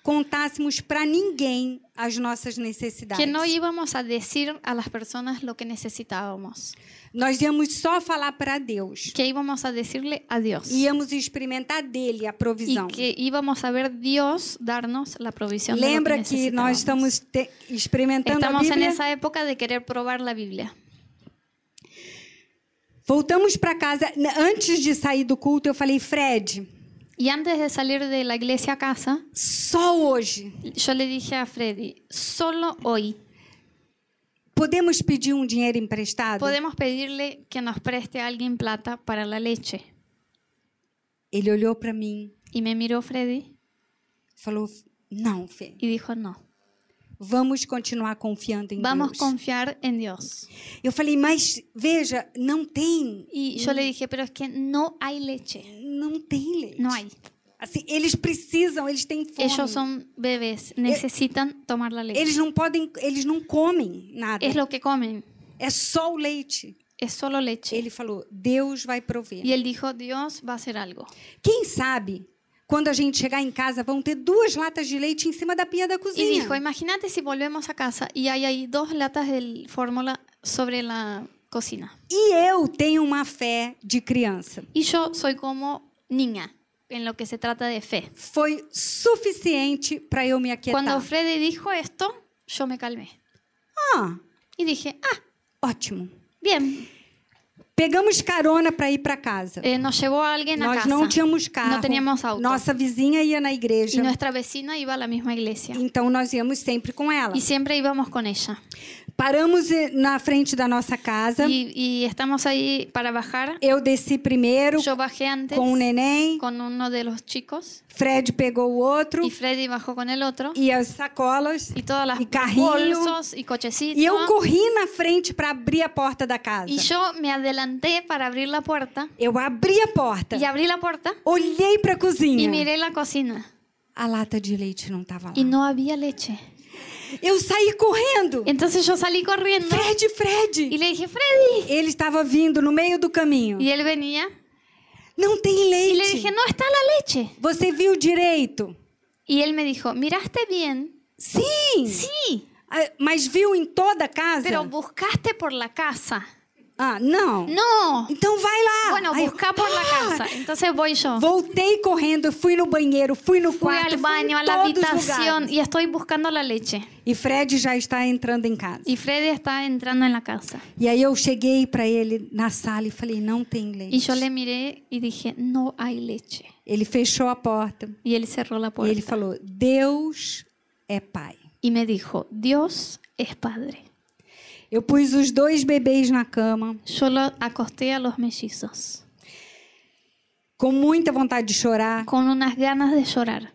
Speaker 1: contássemos para ninguém as nossas necessidades.
Speaker 2: que no íbamos a decir a las personas lo que necesitábamos,
Speaker 1: Nós íamos só falar para Deus.
Speaker 2: que íbamos a decirle a Dios
Speaker 1: Íamos experimentar dele a
Speaker 2: y
Speaker 1: provisão.
Speaker 2: que íbamos a ver Dios darnos la provisión. de lo
Speaker 1: Lembra
Speaker 2: que,
Speaker 1: que nós
Speaker 2: necesitábamos.
Speaker 1: estamos te- experimentando
Speaker 2: Estamos
Speaker 1: a
Speaker 2: en
Speaker 1: Bíblia?
Speaker 2: esa época de querer probar la Biblia.
Speaker 1: Voltamos para casa. N- Antes de sair do culto, eu falei, Fred,
Speaker 2: Y antes de salir de la iglesia a casa,
Speaker 1: só hoje
Speaker 2: yo le dije a Freddy, solo hoy
Speaker 1: podemos pedir um dinheiro emprestado?
Speaker 2: podemos pedirle que nos preste a alguien plata para la leche.
Speaker 1: Ele olhou para mim,
Speaker 2: Y me miró Freddy
Speaker 1: falou, não, Fê.
Speaker 2: y dijo, no,
Speaker 1: Vamos continuar confiando em
Speaker 2: vamos a
Speaker 1: Deus.
Speaker 2: confiar en Dios.
Speaker 1: Eu falei, mas veja, não tem,
Speaker 2: Y yo le dije, pero es que no hay leche.
Speaker 1: não tem leite.
Speaker 2: No hay.
Speaker 1: Assim, eles precisam, eles têm fome.
Speaker 2: Ellos son bebés, necesitan tomar la leche.
Speaker 1: Eles não podem, eles não comem nada.
Speaker 2: Es lo que comen,
Speaker 1: É só o leite.
Speaker 2: es solo leche.
Speaker 1: Ele falou, Deus vai prover.
Speaker 2: Y él dijo, Dios va a hacer algo.
Speaker 1: Quem sabe, quando a gente chegar em casa, vão ter duas latas de leite em cima da pia da
Speaker 2: Y
Speaker 1: cozinha.
Speaker 2: dijo, imagínate si volvemos a casa y hay ahí dos latas de fórmula sobre la cocina.
Speaker 1: E eu tenho uma fé de criança.
Speaker 2: Y yo soy como niña en lo que se trata de fe.
Speaker 1: Foi suficiente para eu me aquietar.
Speaker 2: Cuando Freddy dijo esto, yo me calmé.
Speaker 1: Ah,
Speaker 2: Y dije, ah,
Speaker 1: ótimo.
Speaker 2: bien.
Speaker 1: Pegamos carona para ir para casa.
Speaker 2: Eh, nos llevó alguien a
Speaker 1: Nós
Speaker 2: casa.
Speaker 1: não tínhamos carro.
Speaker 2: No teníamos auto.
Speaker 1: Nossa vizinha ia na
Speaker 2: Y
Speaker 1: igreja.
Speaker 2: nuestra vecina iba a la misma iglesia.
Speaker 1: Então nós íamos sempre com ela.
Speaker 2: Y siempre íbamos con ella.
Speaker 1: Paramos eh, na frente da nossa casa.
Speaker 2: Y, y estamos ahí para bajar.
Speaker 1: Eu desci primeiro
Speaker 2: Yo bajé antes
Speaker 1: com o neném.
Speaker 2: con uno de los chicos.
Speaker 1: Fred pegou o outro.
Speaker 2: Y Freddy bajó con el otro.
Speaker 1: E as sacolas.
Speaker 2: Y todas las
Speaker 1: y carrillo.
Speaker 2: bolsos y cochecitos.
Speaker 1: E eu corri na frente para abrir a porta da casa.
Speaker 2: Y yo me adelanté para abrir la puerta.
Speaker 1: Eu abri a porta.
Speaker 2: Y abrí la puerta
Speaker 1: Olhei para a
Speaker 2: y
Speaker 1: cozinha.
Speaker 2: miré la cocina.
Speaker 1: A lata de leite não estava lá.
Speaker 2: Y no había leche.
Speaker 1: Eu saí correndo.
Speaker 2: Entonces yo salí corriendo
Speaker 1: Fred,
Speaker 2: y
Speaker 1: Fred.
Speaker 2: le dije, Freddy.
Speaker 1: Ele estava vindo no meio do caminho.
Speaker 2: Y él venía
Speaker 1: Não tem
Speaker 2: y
Speaker 1: leite.
Speaker 2: le dije, no está la leche.
Speaker 1: Você viu direito?
Speaker 2: Y él me dijo, ¿miraste bien?
Speaker 1: Sim.
Speaker 2: Sí,
Speaker 1: Ah, Mas viu em toda a casa?
Speaker 2: pero buscaste por la casa.
Speaker 1: Ah, não.
Speaker 2: No.
Speaker 1: Então vai lá.
Speaker 2: Bueno,
Speaker 1: Aí eu,
Speaker 2: busca por la
Speaker 1: "Ah!"
Speaker 2: casa. Entonces voy yo.
Speaker 1: Voltei correndo, fui no banheiro, fui no
Speaker 2: Fui
Speaker 1: quarto,
Speaker 2: al
Speaker 1: fui
Speaker 2: baño,
Speaker 1: em
Speaker 2: a la
Speaker 1: todos os
Speaker 2: habitación
Speaker 1: lugares.
Speaker 2: y estoy buscando la leche.
Speaker 1: E Fred já está entrando em casa.
Speaker 2: Y Freddy está entrando en la casa.
Speaker 1: E aí eu cheguei para ele na sala e falei, não tem leite.
Speaker 2: Y yo le miré y dije, no hay leche.
Speaker 1: Ele fechou a porta
Speaker 2: Y él cerró la
Speaker 1: e ele
Speaker 2: puerta.
Speaker 1: falou, Deus é pai.
Speaker 2: Y me dijo, Dios es Padre.
Speaker 1: Eu pus os dois bebês na cama,
Speaker 2: Yo lo acosté a los mellizos
Speaker 1: com muita vontade de chorar.
Speaker 2: con unas ganas de llorar.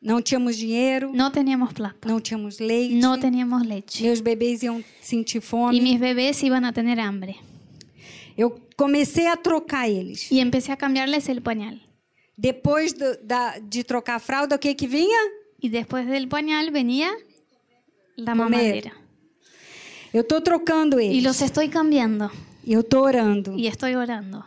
Speaker 1: Não tínhamos dinheiro,
Speaker 2: No teníamos plata,
Speaker 1: não tínhamos leite.
Speaker 2: no teníamos leche
Speaker 1: Meus bebês iam sentir
Speaker 2: y
Speaker 1: fome.
Speaker 2: mis bebés iban a tener hambre.
Speaker 1: Eu comecei a trocar eles.
Speaker 2: Y empecé a cambiarles el pañal.
Speaker 1: Depois do- da- de trocar a fralda, o que que vinha?
Speaker 2: Y después del pañal venía la mamadera.
Speaker 1: Eu tô trocando
Speaker 2: Y
Speaker 1: eles.
Speaker 2: los estoy cambiando
Speaker 1: E Eu tô orando.
Speaker 2: y estoy orando.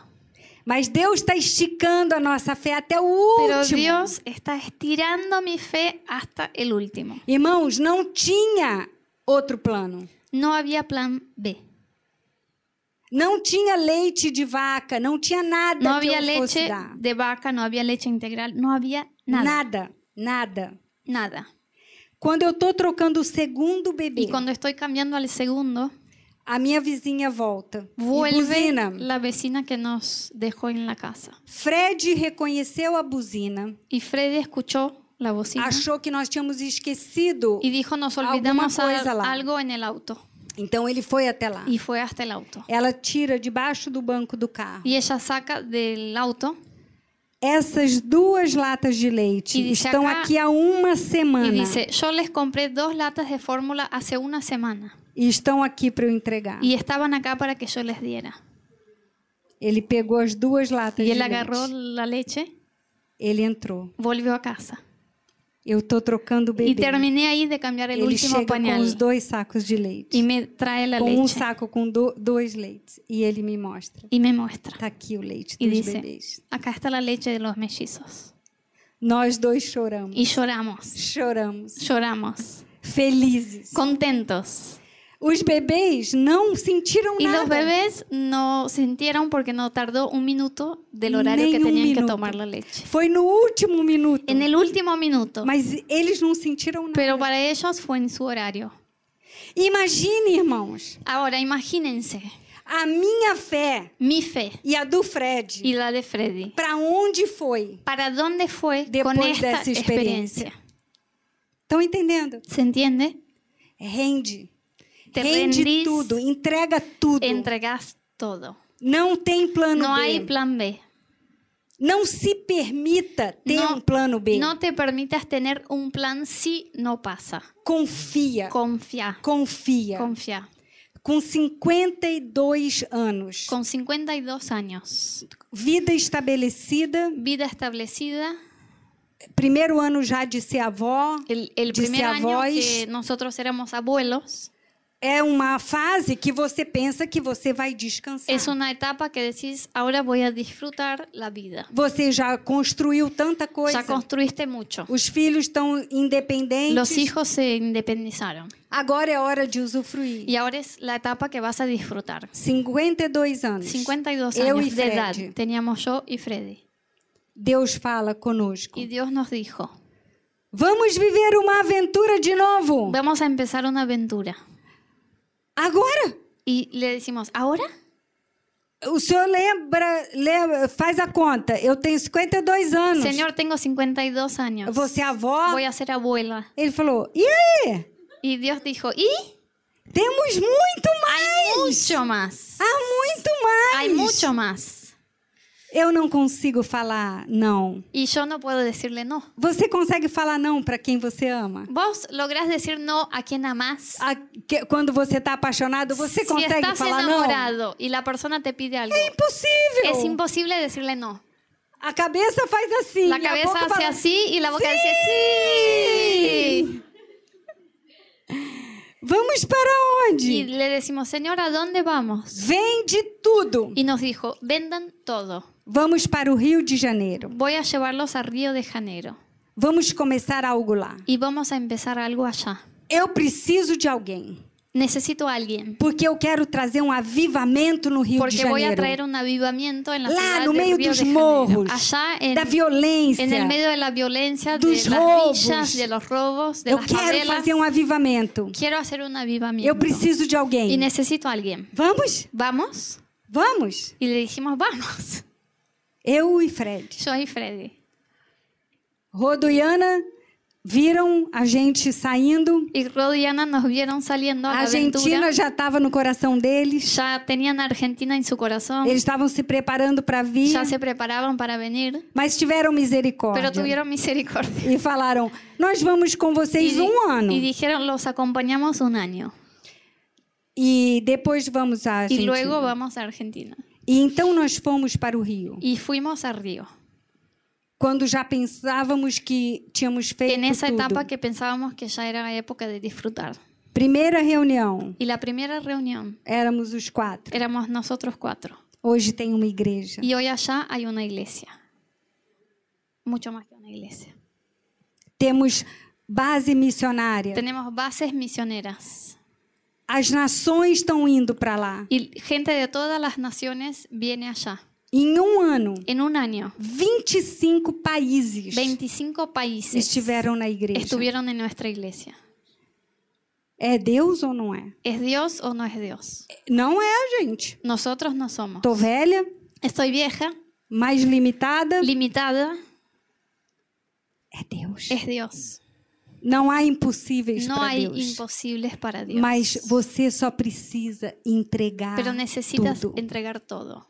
Speaker 1: Mas Deus está esticando a nossa fé até o
Speaker 2: Pero
Speaker 1: último.
Speaker 2: Dios está estirando mi fe hasta el último.
Speaker 1: Irmãos, não tinha outro plano.
Speaker 2: No había plan B.
Speaker 1: Não tinha leite de vaca, não tinha nada
Speaker 2: No
Speaker 1: que
Speaker 2: había
Speaker 1: eu fosse
Speaker 2: leche
Speaker 1: dar.
Speaker 2: de vaca, no había leche integral, no había nada.
Speaker 1: nada, nada.
Speaker 2: Nada.
Speaker 1: Quando eu tô trocando o segundo bebê,
Speaker 2: Y cuando estoy cambiando al segundo,
Speaker 1: a minha vizinha volta. E
Speaker 2: vuelve
Speaker 1: buzina.
Speaker 2: la vecina que nos dejó en la casa.
Speaker 1: Fred reconheceu a buzina,
Speaker 2: Y Freddy escuchó la bocina
Speaker 1: achou que nós tínhamos esquecido.
Speaker 2: y dijo, nos
Speaker 1: alguma
Speaker 2: olvidamos a-
Speaker 1: coisa lá."
Speaker 2: algo en el auto.
Speaker 1: Então ele foi até lá.
Speaker 2: Y fue hasta el auto.
Speaker 1: Ela tira debaixo do banco do carro
Speaker 2: Y ella saca del auto
Speaker 1: essas duas latas de leite.
Speaker 2: E dice
Speaker 1: Estão
Speaker 2: acá-
Speaker 1: aqui há uma
Speaker 2: y
Speaker 1: semana
Speaker 2: dice, yo les compré dos latas de fórmula hace una semana
Speaker 1: e estão aqui para eu entregar.
Speaker 2: y estaban acá para que yo les diera.
Speaker 1: Ele pegou as duas latas
Speaker 2: Y
Speaker 1: de
Speaker 2: él agarró
Speaker 1: leite.
Speaker 2: la leche,
Speaker 1: Ele entrou.
Speaker 2: volvió a casa.
Speaker 1: Eu tô trocando o bebê.
Speaker 2: Y terminé ahí de cambiar el
Speaker 1: Ele chega
Speaker 2: último
Speaker 1: com os
Speaker 2: pañal.
Speaker 1: dois sacos de leite.
Speaker 2: Y me trae la
Speaker 1: com um
Speaker 2: leche
Speaker 1: saco com do- dois leites. E ele me mostra.
Speaker 2: y me muestra.
Speaker 1: Tá aqui o leite
Speaker 2: Y
Speaker 1: dos
Speaker 2: dice,
Speaker 1: bebês.
Speaker 2: acá está la leche de los mellizos.
Speaker 1: Nós dois choramos.
Speaker 2: y lloramos,
Speaker 1: Choramos.
Speaker 2: lloramos,
Speaker 1: Felizes.
Speaker 2: contentos.
Speaker 1: Os bebês não sentiram
Speaker 2: Y los
Speaker 1: nada.
Speaker 2: bebés no sintieron porque no tardó un minuto del horario
Speaker 1: Ni
Speaker 2: que
Speaker 1: un
Speaker 2: tenían que
Speaker 1: minuto.
Speaker 2: tomar la leche.
Speaker 1: Foi no último minuto.
Speaker 2: En el último minuto,
Speaker 1: Mas eles não sentiram nada.
Speaker 2: pero para ellos fue en su horario.
Speaker 1: Imagine, irmãos,
Speaker 2: Ahora imagínense
Speaker 1: a minha fé
Speaker 2: mi fe
Speaker 1: e a do Fred.
Speaker 2: y la de Freddy.
Speaker 1: Para onde foi?
Speaker 2: ¿Para dónde fue con
Speaker 1: Después de
Speaker 2: esta
Speaker 1: esa experiencia.
Speaker 2: experiencia?
Speaker 1: Estão entendendo?
Speaker 2: ¿Se entiende?
Speaker 1: Rende.
Speaker 2: Te
Speaker 1: Rende
Speaker 2: rendís,
Speaker 1: tudo, entrega tudo.
Speaker 2: Entregas todo.
Speaker 1: Não tem plano
Speaker 2: No
Speaker 1: B.
Speaker 2: hay plan B.
Speaker 1: Não se permita ter
Speaker 2: No-
Speaker 1: um plano B.
Speaker 2: No te permitas tener un plan si no pasa.
Speaker 1: Confia.
Speaker 2: Confía,
Speaker 1: Confia.
Speaker 2: confía.
Speaker 1: Com 52 anos,
Speaker 2: Con 52 años,
Speaker 1: vida estabelecida,
Speaker 2: vida establecida,
Speaker 1: primeiro ano já de ser avó,
Speaker 2: el, el
Speaker 1: Dice
Speaker 2: primer año
Speaker 1: abuelos.
Speaker 2: que nosotros éramos abuelos,
Speaker 1: é uma fase que você pensa que você vai descansar.
Speaker 2: es una etapa que decís, ahora voy a disfrutar la vida.
Speaker 1: Você já construiu tanta coisa.
Speaker 2: Ya construiste mucho.
Speaker 1: Os filhos estão independentes.
Speaker 2: Los hijos se independizaron.
Speaker 1: Agora é hora de usufruir.
Speaker 2: Y ahora es la etapa que vas a disfrutar.
Speaker 1: 52 anos.
Speaker 2: 52
Speaker 1: Eu e
Speaker 2: años de edad
Speaker 1: Fred.
Speaker 2: teníamos yo y Freddy.
Speaker 1: Deus fala conosco.
Speaker 2: Y Dios nos dijo,
Speaker 1: Vamos viver uma aventura de novo.
Speaker 2: vamos a empezar una aventura.
Speaker 1: Agora?
Speaker 2: Y le decimos, ¿ahora?
Speaker 1: O senhor lembra, lembra- faz a conta. Eu tenho 52 anos.
Speaker 2: Señor, tengo 52 años.
Speaker 1: Você é avó?
Speaker 2: Voy a ser abuela.
Speaker 1: Ele falou: "E aí?
Speaker 2: Y Dios dijo, ¿y?
Speaker 1: Temos muito
Speaker 2: Hay
Speaker 1: mais.
Speaker 2: mucho más.
Speaker 1: Há muito mais.
Speaker 2: Hay mucho más.
Speaker 1: Eu não consigo falar não.
Speaker 2: Y yo no puedo decirle no.
Speaker 1: Você consegue falar não para quem você ama?
Speaker 2: Vos lográs decir no a quien amás.
Speaker 1: A- que- quando você está apaixonado, você
Speaker 2: si
Speaker 1: consegue
Speaker 2: estás
Speaker 1: falar não?
Speaker 2: enamorado y la persona te pide algo,
Speaker 1: É impossível.
Speaker 2: es imposible decirle no.
Speaker 1: A cabeça faz assim.
Speaker 2: La
Speaker 1: e a
Speaker 2: cabeza
Speaker 1: boca
Speaker 2: hace
Speaker 1: fala-
Speaker 2: así y la boca assim, dice sí.
Speaker 1: Vamos para
Speaker 2: Y
Speaker 1: onde?
Speaker 2: le decimos, Señor, ¿a dónde vamos?
Speaker 1: Vende tudo.
Speaker 2: Y nos dijo, vendan todo.
Speaker 1: Vamos para o Rio de Janeiro.
Speaker 2: Voy a llevarlos a Río de Janeiro
Speaker 1: Vamos começar algo lá.
Speaker 2: y vamos a empezar algo allá.
Speaker 1: Eu preciso de alguém.
Speaker 2: Necesito a alguien
Speaker 1: Porque eu quero trazer um avivamento no Rio de
Speaker 2: porque voy a
Speaker 1: Janeiro.
Speaker 2: traer un avivamiento en la
Speaker 1: Lá
Speaker 2: ciudad
Speaker 1: no
Speaker 2: de
Speaker 1: meio
Speaker 2: Río
Speaker 1: dos
Speaker 2: de Janeiro,
Speaker 1: morros,
Speaker 2: allá
Speaker 1: da
Speaker 2: en,
Speaker 1: violência.
Speaker 2: um en el medio de la violencia, de
Speaker 1: dos
Speaker 2: las
Speaker 1: roubos.
Speaker 2: villas, de los robos, de
Speaker 1: eu
Speaker 2: las
Speaker 1: quero
Speaker 2: favelas.
Speaker 1: fazer um avivamento.
Speaker 2: Quiero hacer un
Speaker 1: Eu
Speaker 2: avivamiento
Speaker 1: preciso de
Speaker 2: y
Speaker 1: alguém.
Speaker 2: necesito a alguien.
Speaker 1: Vamos?
Speaker 2: ¿Vamos?
Speaker 1: Vamos?
Speaker 2: Y le dijimos, vamos. [LAUGHS]
Speaker 1: Eu e Fred.
Speaker 2: Yo y Freddy.
Speaker 1: Rodo e Ana viram a gente saindo.
Speaker 2: Y Rod y Ana nos vieron saliendo a
Speaker 1: A
Speaker 2: la aventura.
Speaker 1: Argentina já estava no coração deles.
Speaker 2: Ya tenían a Argentina en su corazón.
Speaker 1: Eles estavam se preparando para vir,
Speaker 2: Ya se preparaban para venir.
Speaker 1: mas tiveram misericórdia.
Speaker 2: Pero tuvieron misericordia.
Speaker 1: E falaram: Nós vamos com vocês
Speaker 2: Y, di-
Speaker 1: um ano.
Speaker 2: y
Speaker 1: E,
Speaker 2: dijeron, los acompañamos un año.
Speaker 1: depois vamos à
Speaker 2: Y
Speaker 1: Argentina.
Speaker 2: luego vamos a Argentina.
Speaker 1: E então nós fomos para o Rio.
Speaker 2: Y fuimos a Río.
Speaker 1: Quando já pensávamos que tínhamos feito
Speaker 2: En esa
Speaker 1: tudo.
Speaker 2: etapa que pensábamos que ya era época de disfrutar.
Speaker 1: Primeira reunião,
Speaker 2: Y la primera reunión
Speaker 1: éramos os quatro.
Speaker 2: éramos nosotros cuatro.
Speaker 1: Hoje tem uma igreja.
Speaker 2: Y hoy allá hay una iglesia. Mucho más que una iglesia.
Speaker 1: Temos base missionária.
Speaker 2: Tenemos bases misioneras.
Speaker 1: As nações estão indo para lá.
Speaker 2: Y gente de todas las naciones viene allá.
Speaker 1: Em um ano,
Speaker 2: En un año,
Speaker 1: 25 países
Speaker 2: 25 países
Speaker 1: estiveram na igreja.
Speaker 2: estuvieron en nuestra iglesia.
Speaker 1: É Deus ou não é?
Speaker 2: ¿Es Dios o no es Dios?
Speaker 1: Não é, gente.
Speaker 2: Nosotros no somos.
Speaker 1: Tô velha,
Speaker 2: Estoy vieja,
Speaker 1: mais limitada.
Speaker 2: limitada,
Speaker 1: É Deus.
Speaker 2: es Dios.
Speaker 1: Não há impossíveis
Speaker 2: No
Speaker 1: para
Speaker 2: hay
Speaker 1: Deus.
Speaker 2: imposibles para Dios.
Speaker 1: Mas você só precisa entregar
Speaker 2: Pero necesitas
Speaker 1: tudo.
Speaker 2: entregar todo.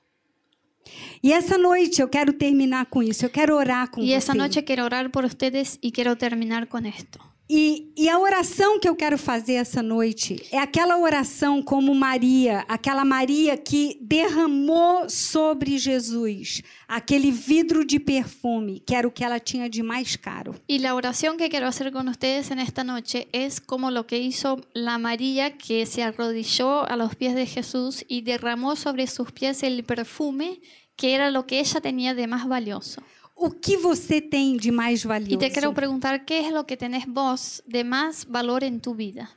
Speaker 1: E essa noite eu quero terminar com isso. Eu quero orar com
Speaker 2: Y
Speaker 1: você.
Speaker 2: esa noche quiero orar por ustedes y quiero terminar con esto.
Speaker 1: E, e a oração que eu quero fazer essa noite é aquela oração como Maria, aquela Maria que derramou sobre Jesus aquele vidro de perfume, que era o que ela tinha de mais caro.
Speaker 2: Y la oración que quiero hacer con ustedes en esta noche es como lo que hizo la María que se arrodilló a los pies de Jesús y derramó sobre sus pies el perfume que era lo que ella tenía de más valioso.
Speaker 1: o que você tem de mais
Speaker 2: Y
Speaker 1: valioso.
Speaker 2: te quiero preguntar qué es lo que tenés vos de más valor en tu vida.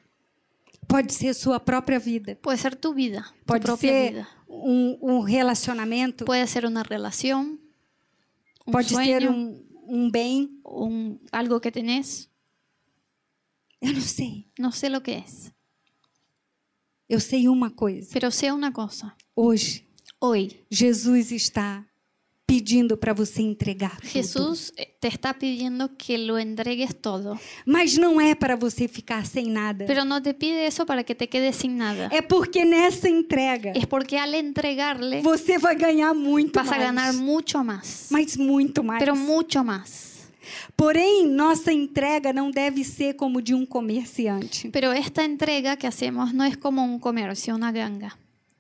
Speaker 1: Pode ser sua própria vida.
Speaker 2: Puede ser tu vida, tu
Speaker 1: Pode
Speaker 2: propia
Speaker 1: ser
Speaker 2: vida.
Speaker 1: um, um relacionamento.
Speaker 2: Puede ser una relación, un
Speaker 1: Pode ser
Speaker 2: sueño,
Speaker 1: um, um bem.
Speaker 2: un- algo que tenés.
Speaker 1: Eu não sei.
Speaker 2: No sé lo que es,
Speaker 1: Eu sei uma coisa.
Speaker 2: pero sé una cosa.
Speaker 1: Hoje,
Speaker 2: Hoy
Speaker 1: Jesus está pedindo para você entregar tudo.
Speaker 2: Jesús eh, te está pidiendo que lo entregues todo,
Speaker 1: Mas não é para você ficar sem nada.
Speaker 2: pero no te pide eso para que te quedes sin nada.
Speaker 1: É porque nessa entrega
Speaker 2: Es É porque al entregarle
Speaker 1: você vai ganhar muito
Speaker 2: vas a ganar
Speaker 1: mais.
Speaker 2: mucho más,
Speaker 1: Mas muito mais.
Speaker 2: pero mucho más.
Speaker 1: Porém, nossa entrega não deve ser como de um comerciante,
Speaker 2: Pero esta entrega que hacemos no es como un comercio, una ganga.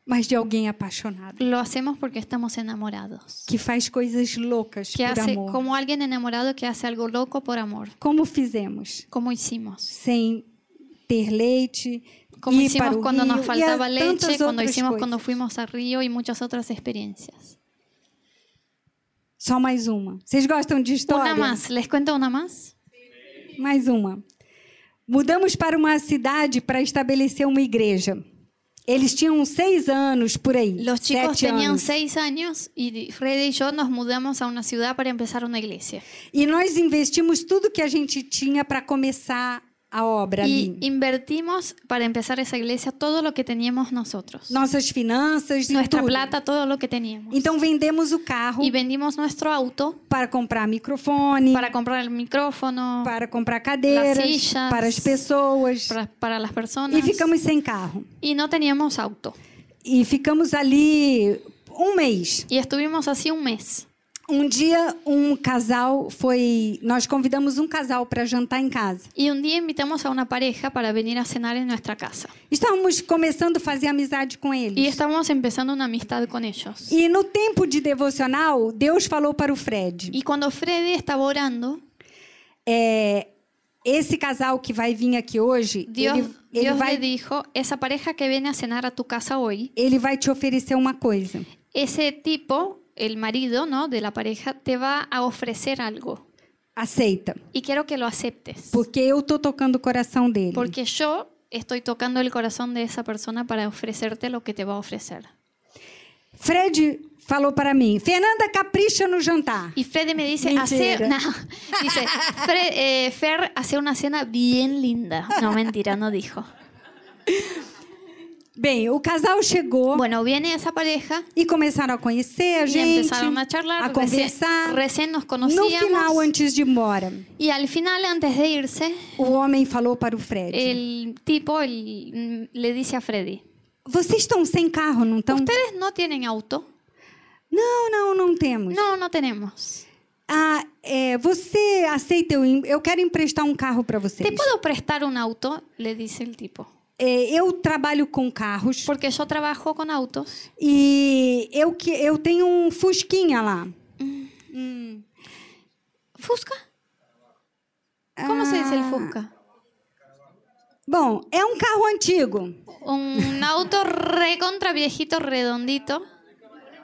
Speaker 1: mas de alguém apaixonado,
Speaker 2: Lo hacemos porque estamos enamorados.
Speaker 1: que faz coisas loucas
Speaker 2: Que
Speaker 1: por
Speaker 2: hace
Speaker 1: amor. Como...
Speaker 2: como alguien enamorado que hace algo loco por amor,
Speaker 1: fizemos?
Speaker 2: como hicimos.
Speaker 1: Sem ter leite,
Speaker 2: Como
Speaker 1: ir para
Speaker 2: hicimos
Speaker 1: o
Speaker 2: cuando
Speaker 1: río,
Speaker 2: nos
Speaker 1: e
Speaker 2: faltaba
Speaker 1: a
Speaker 2: leche,
Speaker 1: tantas
Speaker 2: cuando
Speaker 1: outras
Speaker 2: hicimos cuando
Speaker 1: coisas.
Speaker 2: fuimos a Río y muchas otras experiencias.
Speaker 1: Só mais uma. Vocês gostam de história?
Speaker 2: Una más, ¿les cuento una más?
Speaker 1: Mais uma. Mudamos para uma cidade para estabelecer uma igreja. Eles tinham seis anos por aí.
Speaker 2: Los chicos
Speaker 1: sete
Speaker 2: tenían
Speaker 1: anos.
Speaker 2: seis años y Freddy y yo nos mudamos a una ciudad para empezar una iglesia.
Speaker 1: E nós investimos tudo que a gente tinha para começar a obra
Speaker 2: Y
Speaker 1: ali.
Speaker 2: invertimos para empezar esa iglesia todo lo que teníamos nosotros.
Speaker 1: Nossas finanças e
Speaker 2: Nuestra
Speaker 1: tudo.
Speaker 2: plata, todo lo que teníamos.
Speaker 1: Então vendemos o carro
Speaker 2: Y vendimos nuestro auto
Speaker 1: para comprar microfone, para,
Speaker 2: para comprar el micrófono,
Speaker 1: comprar cadeiras,
Speaker 2: Las sillas,
Speaker 1: para as pessoas.
Speaker 2: para, para las personas.
Speaker 1: E ficamos sem carro.
Speaker 2: Y no teníamos auto.
Speaker 1: E ficamos ali um mês.
Speaker 2: Y estuvimos así un mes.
Speaker 1: Um dia um casal foi, nós convidamos um casal para jantar em casa.
Speaker 2: Y un día invitamos a una pareja para venir a cenar en nuestra casa.
Speaker 1: Estávamos começando a fazer amizade com
Speaker 2: Y
Speaker 1: eles.
Speaker 2: estábamos empezando una amistad con ellos.
Speaker 1: E no tempo de devocional, Deus falou para o Fred.
Speaker 2: Y cuando Freddy estaba orando,
Speaker 1: é, esse casal que vai vir aqui hoje,
Speaker 2: Dios,
Speaker 1: ele, ele
Speaker 2: Dios
Speaker 1: vai,
Speaker 2: le dijo, esa pareja que viene a cenar a tu casa hoy,
Speaker 1: ele vai te oferecer uma coisa.
Speaker 2: ese tipo, el marido ¿no? de la pareja, te va a ofrecer algo.
Speaker 1: Aceita.
Speaker 2: Y quiero que lo aceptes.
Speaker 1: Porque eu tô tocando o coração dele.
Speaker 2: Porque yo estoy tocando el corazón de esa persona para ofrecerte lo que te va a ofrecer.
Speaker 1: Fred falou para mim, Fernanda, capricha no jantar.
Speaker 2: Y Freddy me dice,
Speaker 1: Mentira.
Speaker 2: hace, [LAUGHS] no, dice "Fre- eh, Fer, hace una cena bien linda. No, mentira, no dijo.
Speaker 1: Bem, o casal chegou
Speaker 2: Bueno, viene esa pareja
Speaker 1: e começaram a conhecer a
Speaker 2: y
Speaker 1: gente,
Speaker 2: empezaron a charlar.
Speaker 1: a
Speaker 2: reci-
Speaker 1: conversar.
Speaker 2: recién nos
Speaker 1: no final,
Speaker 2: conocíamos.
Speaker 1: antes de ir embora,
Speaker 2: Y al final, antes de irse,
Speaker 1: o homem falou para o Fred,
Speaker 2: el tipo el- mm, le dice a Freddy,
Speaker 1: vocês estão sem carro, não estão?
Speaker 2: ¿ustedes no tienen auto?
Speaker 1: Não, não, não temos.
Speaker 2: No, no tenemos.
Speaker 1: Ah, é, você aceita? Eu, em- eu quero emprestar um carro para vocês.
Speaker 2: ¿Te puedo prestar un auto? Le dice el tipo.
Speaker 1: É, eu trabalho com carros
Speaker 2: Porque yo trabajo con autos.
Speaker 1: e eu, que, eu tenho um Fusquinha lá.
Speaker 2: ¿Fusca? ¿Cómo se dice el
Speaker 1: Ah.
Speaker 2: Fusca?
Speaker 1: Bom, é um carro antigo.
Speaker 2: Un auto recontra viejito, redondito.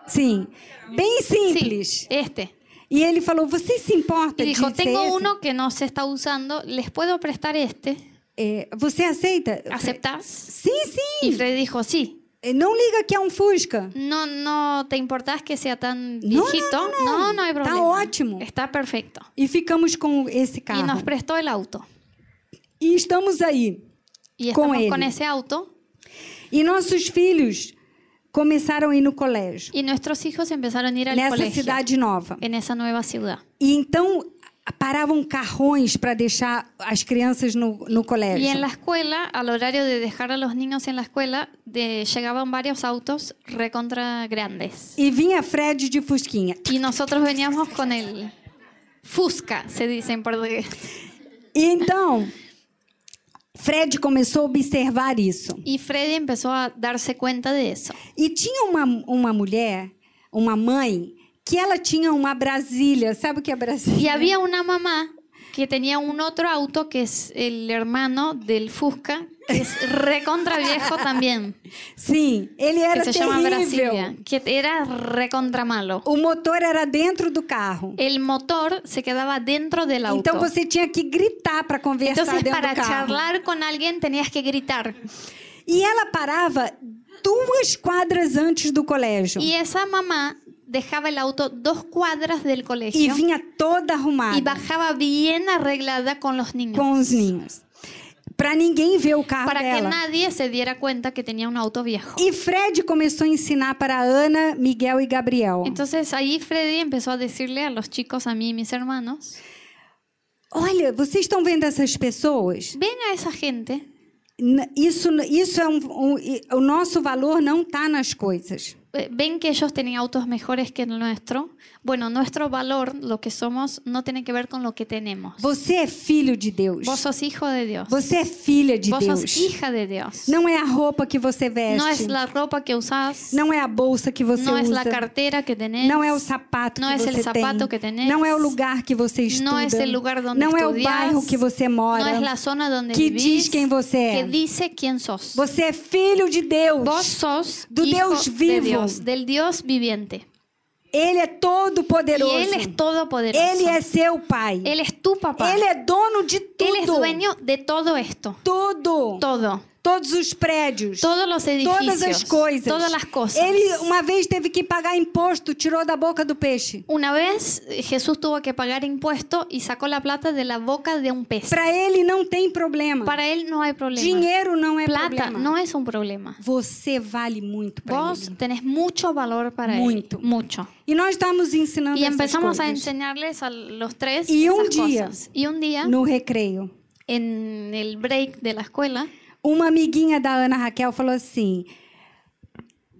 Speaker 1: Sim. Bem
Speaker 2: Sí,
Speaker 1: simples.
Speaker 2: este.
Speaker 1: E ele falou: Você se importa
Speaker 2: Y
Speaker 1: de
Speaker 2: dijo,
Speaker 1: ser
Speaker 2: tengo
Speaker 1: esse?
Speaker 2: uno que no se está usando, ¿les puedo prestar este?
Speaker 1: É, você aceita?
Speaker 2: ¿Aceptás?
Speaker 1: Sim,
Speaker 2: Y
Speaker 1: sim.
Speaker 2: Freddy dijo, sí.
Speaker 1: É, Não liga que é um Fusca.
Speaker 2: No, no te importás que sea tan
Speaker 1: No, no,
Speaker 2: viejito. No,
Speaker 1: no,
Speaker 2: no,
Speaker 1: no.
Speaker 2: hay
Speaker 1: Está
Speaker 2: problema.
Speaker 1: ótimo.
Speaker 2: Está perfecto.
Speaker 1: E ficamos com esse
Speaker 2: Y nos
Speaker 1: carro.
Speaker 2: prestó el auto.
Speaker 1: E estamos aí.
Speaker 2: Y
Speaker 1: Con
Speaker 2: estamos
Speaker 1: él.
Speaker 2: con ese auto.
Speaker 1: E nossos filhos começaram a ir no colégio,
Speaker 2: Y nuestros hijos empezaron a ir al
Speaker 1: nessa
Speaker 2: colegio.
Speaker 1: cidade nova.
Speaker 2: En esa nueva ciudad.
Speaker 1: E então paravam carrões para deixar as crianças no, no colégio.
Speaker 2: Y en la escuela, al horario de dejar a los niños en la escuela, de- llegaban varios autos recontra grandes.
Speaker 1: E vinha Fred de Fusquinha.
Speaker 2: Y nosotros veníamos con el Fusca, se dice en portugués.
Speaker 1: E então, Fred começou a observar isso.
Speaker 2: Y Freddy empezó a darse cuenta de eso.
Speaker 1: E tinha uma, uma mulher, uma mãe, que ela tinha uma Brasília. Sabe o que é
Speaker 2: Y
Speaker 1: Brasília?
Speaker 2: había una mamá que tenía un otro auto que es el hermano del Fusca, que es recontra viejo también,
Speaker 1: Sim, ele
Speaker 2: que
Speaker 1: era
Speaker 2: se llama
Speaker 1: terrível.
Speaker 2: Brasilia, que era recontra malo.
Speaker 1: O motor era dentro do carro.
Speaker 2: El motor se quedaba dentro del auto.
Speaker 1: Então você tinha que gritar para
Speaker 2: Então
Speaker 1: conversar
Speaker 2: Entonces,
Speaker 1: dentro
Speaker 2: para
Speaker 1: do carro.
Speaker 2: charlar con alguien tenías que gritar.
Speaker 1: E ela parava duas quadras antes do colégio
Speaker 2: Y esa mamá dejaba el auto dos cuadras del
Speaker 1: e
Speaker 2: colegio
Speaker 1: vinha toda arrumada
Speaker 2: y bajaba bien arreglada con los niños.
Speaker 1: com os ninhos. Para ninguém ver o carro
Speaker 2: para que
Speaker 1: dela.
Speaker 2: nadie se diera cuenta que tenía un auto viejo.
Speaker 1: E Fred começou a ensinar para Ana, Miguel e Gabriel.
Speaker 2: Entonces ahí Freddy empezó a decirle a los chicos, a mí y mis hermanos,
Speaker 1: Olha, vocês estão vendo essas pessoas?
Speaker 2: ven a esa gente,
Speaker 1: N- Isso, isso é um, um- e- o nosso valor não está nas coisas.
Speaker 2: eh, ven que ellos tenían autos mejores que el nuestro. Bueno, nuestro valor, lo que somos, no tiene que ver con lo que tenemos.
Speaker 1: Você é filho de Deus.
Speaker 2: Vos sos hijo de Dios.
Speaker 1: Você é filha de
Speaker 2: Vos sos
Speaker 1: Deus.
Speaker 2: hija de Dios.
Speaker 1: Não é a roupa que você
Speaker 2: No
Speaker 1: veste.
Speaker 2: es la ropa que usás,
Speaker 1: Não é a bolsa que você
Speaker 2: no es la
Speaker 1: usa.
Speaker 2: cartera que tenés,
Speaker 1: Não é o sapato
Speaker 2: é Não
Speaker 1: que
Speaker 2: é
Speaker 1: você
Speaker 2: el sapato
Speaker 1: tem.
Speaker 2: que tenés.
Speaker 1: Não é o lugar que você estuda.
Speaker 2: é o lugar donde
Speaker 1: não é o
Speaker 2: estudias.
Speaker 1: bairro que você
Speaker 2: no
Speaker 1: mora.
Speaker 2: es la zona donde
Speaker 1: que
Speaker 2: vivís,
Speaker 1: diz quem você
Speaker 2: que
Speaker 1: é.
Speaker 2: dice quién sos.
Speaker 1: Você é filho de Deus.
Speaker 2: Vos sos
Speaker 1: Do
Speaker 2: hijo
Speaker 1: Deus
Speaker 2: de
Speaker 1: vivo.
Speaker 2: Dios, del Dios viviente.
Speaker 1: Ele é todo poderoso.
Speaker 2: Y Él es é todopoderoso.
Speaker 1: Ele é seu pai.
Speaker 2: Él es tu papá.
Speaker 1: Ele é dono de tudo.
Speaker 2: Él es é dueño de todo esto.
Speaker 1: Tudo.
Speaker 2: Todo.
Speaker 1: Todos os prédios.
Speaker 2: Todos los edificios.
Speaker 1: Todas as coisas.
Speaker 2: Todas las cosas.
Speaker 1: Ele uma vez teve que pagar imposto, tirou da boca do peixe.
Speaker 2: Una vez eh, Jesús tuvo que pagar impuesto y sacó la plata de la boca de un pez.
Speaker 1: Para ele não tem problema.
Speaker 2: Para Él no hay problema.
Speaker 1: Dinheiro não é
Speaker 2: plata
Speaker 1: problema.
Speaker 2: no es un problema.
Speaker 1: Você vale muito para
Speaker 2: Vos
Speaker 1: ele.
Speaker 2: tenés mucho valor para
Speaker 1: Muito.
Speaker 2: Él. Mucho.
Speaker 1: E nós estamos ensinando
Speaker 2: Y
Speaker 1: essas
Speaker 2: empezamos a
Speaker 1: coisas
Speaker 2: enseñarles a los tres
Speaker 1: Y
Speaker 2: esas
Speaker 1: un día-
Speaker 2: cosas. Y un día,
Speaker 1: no recreio.
Speaker 2: en el break de la escuela,
Speaker 1: Uma amiguinha da Ana Raquel falou assim: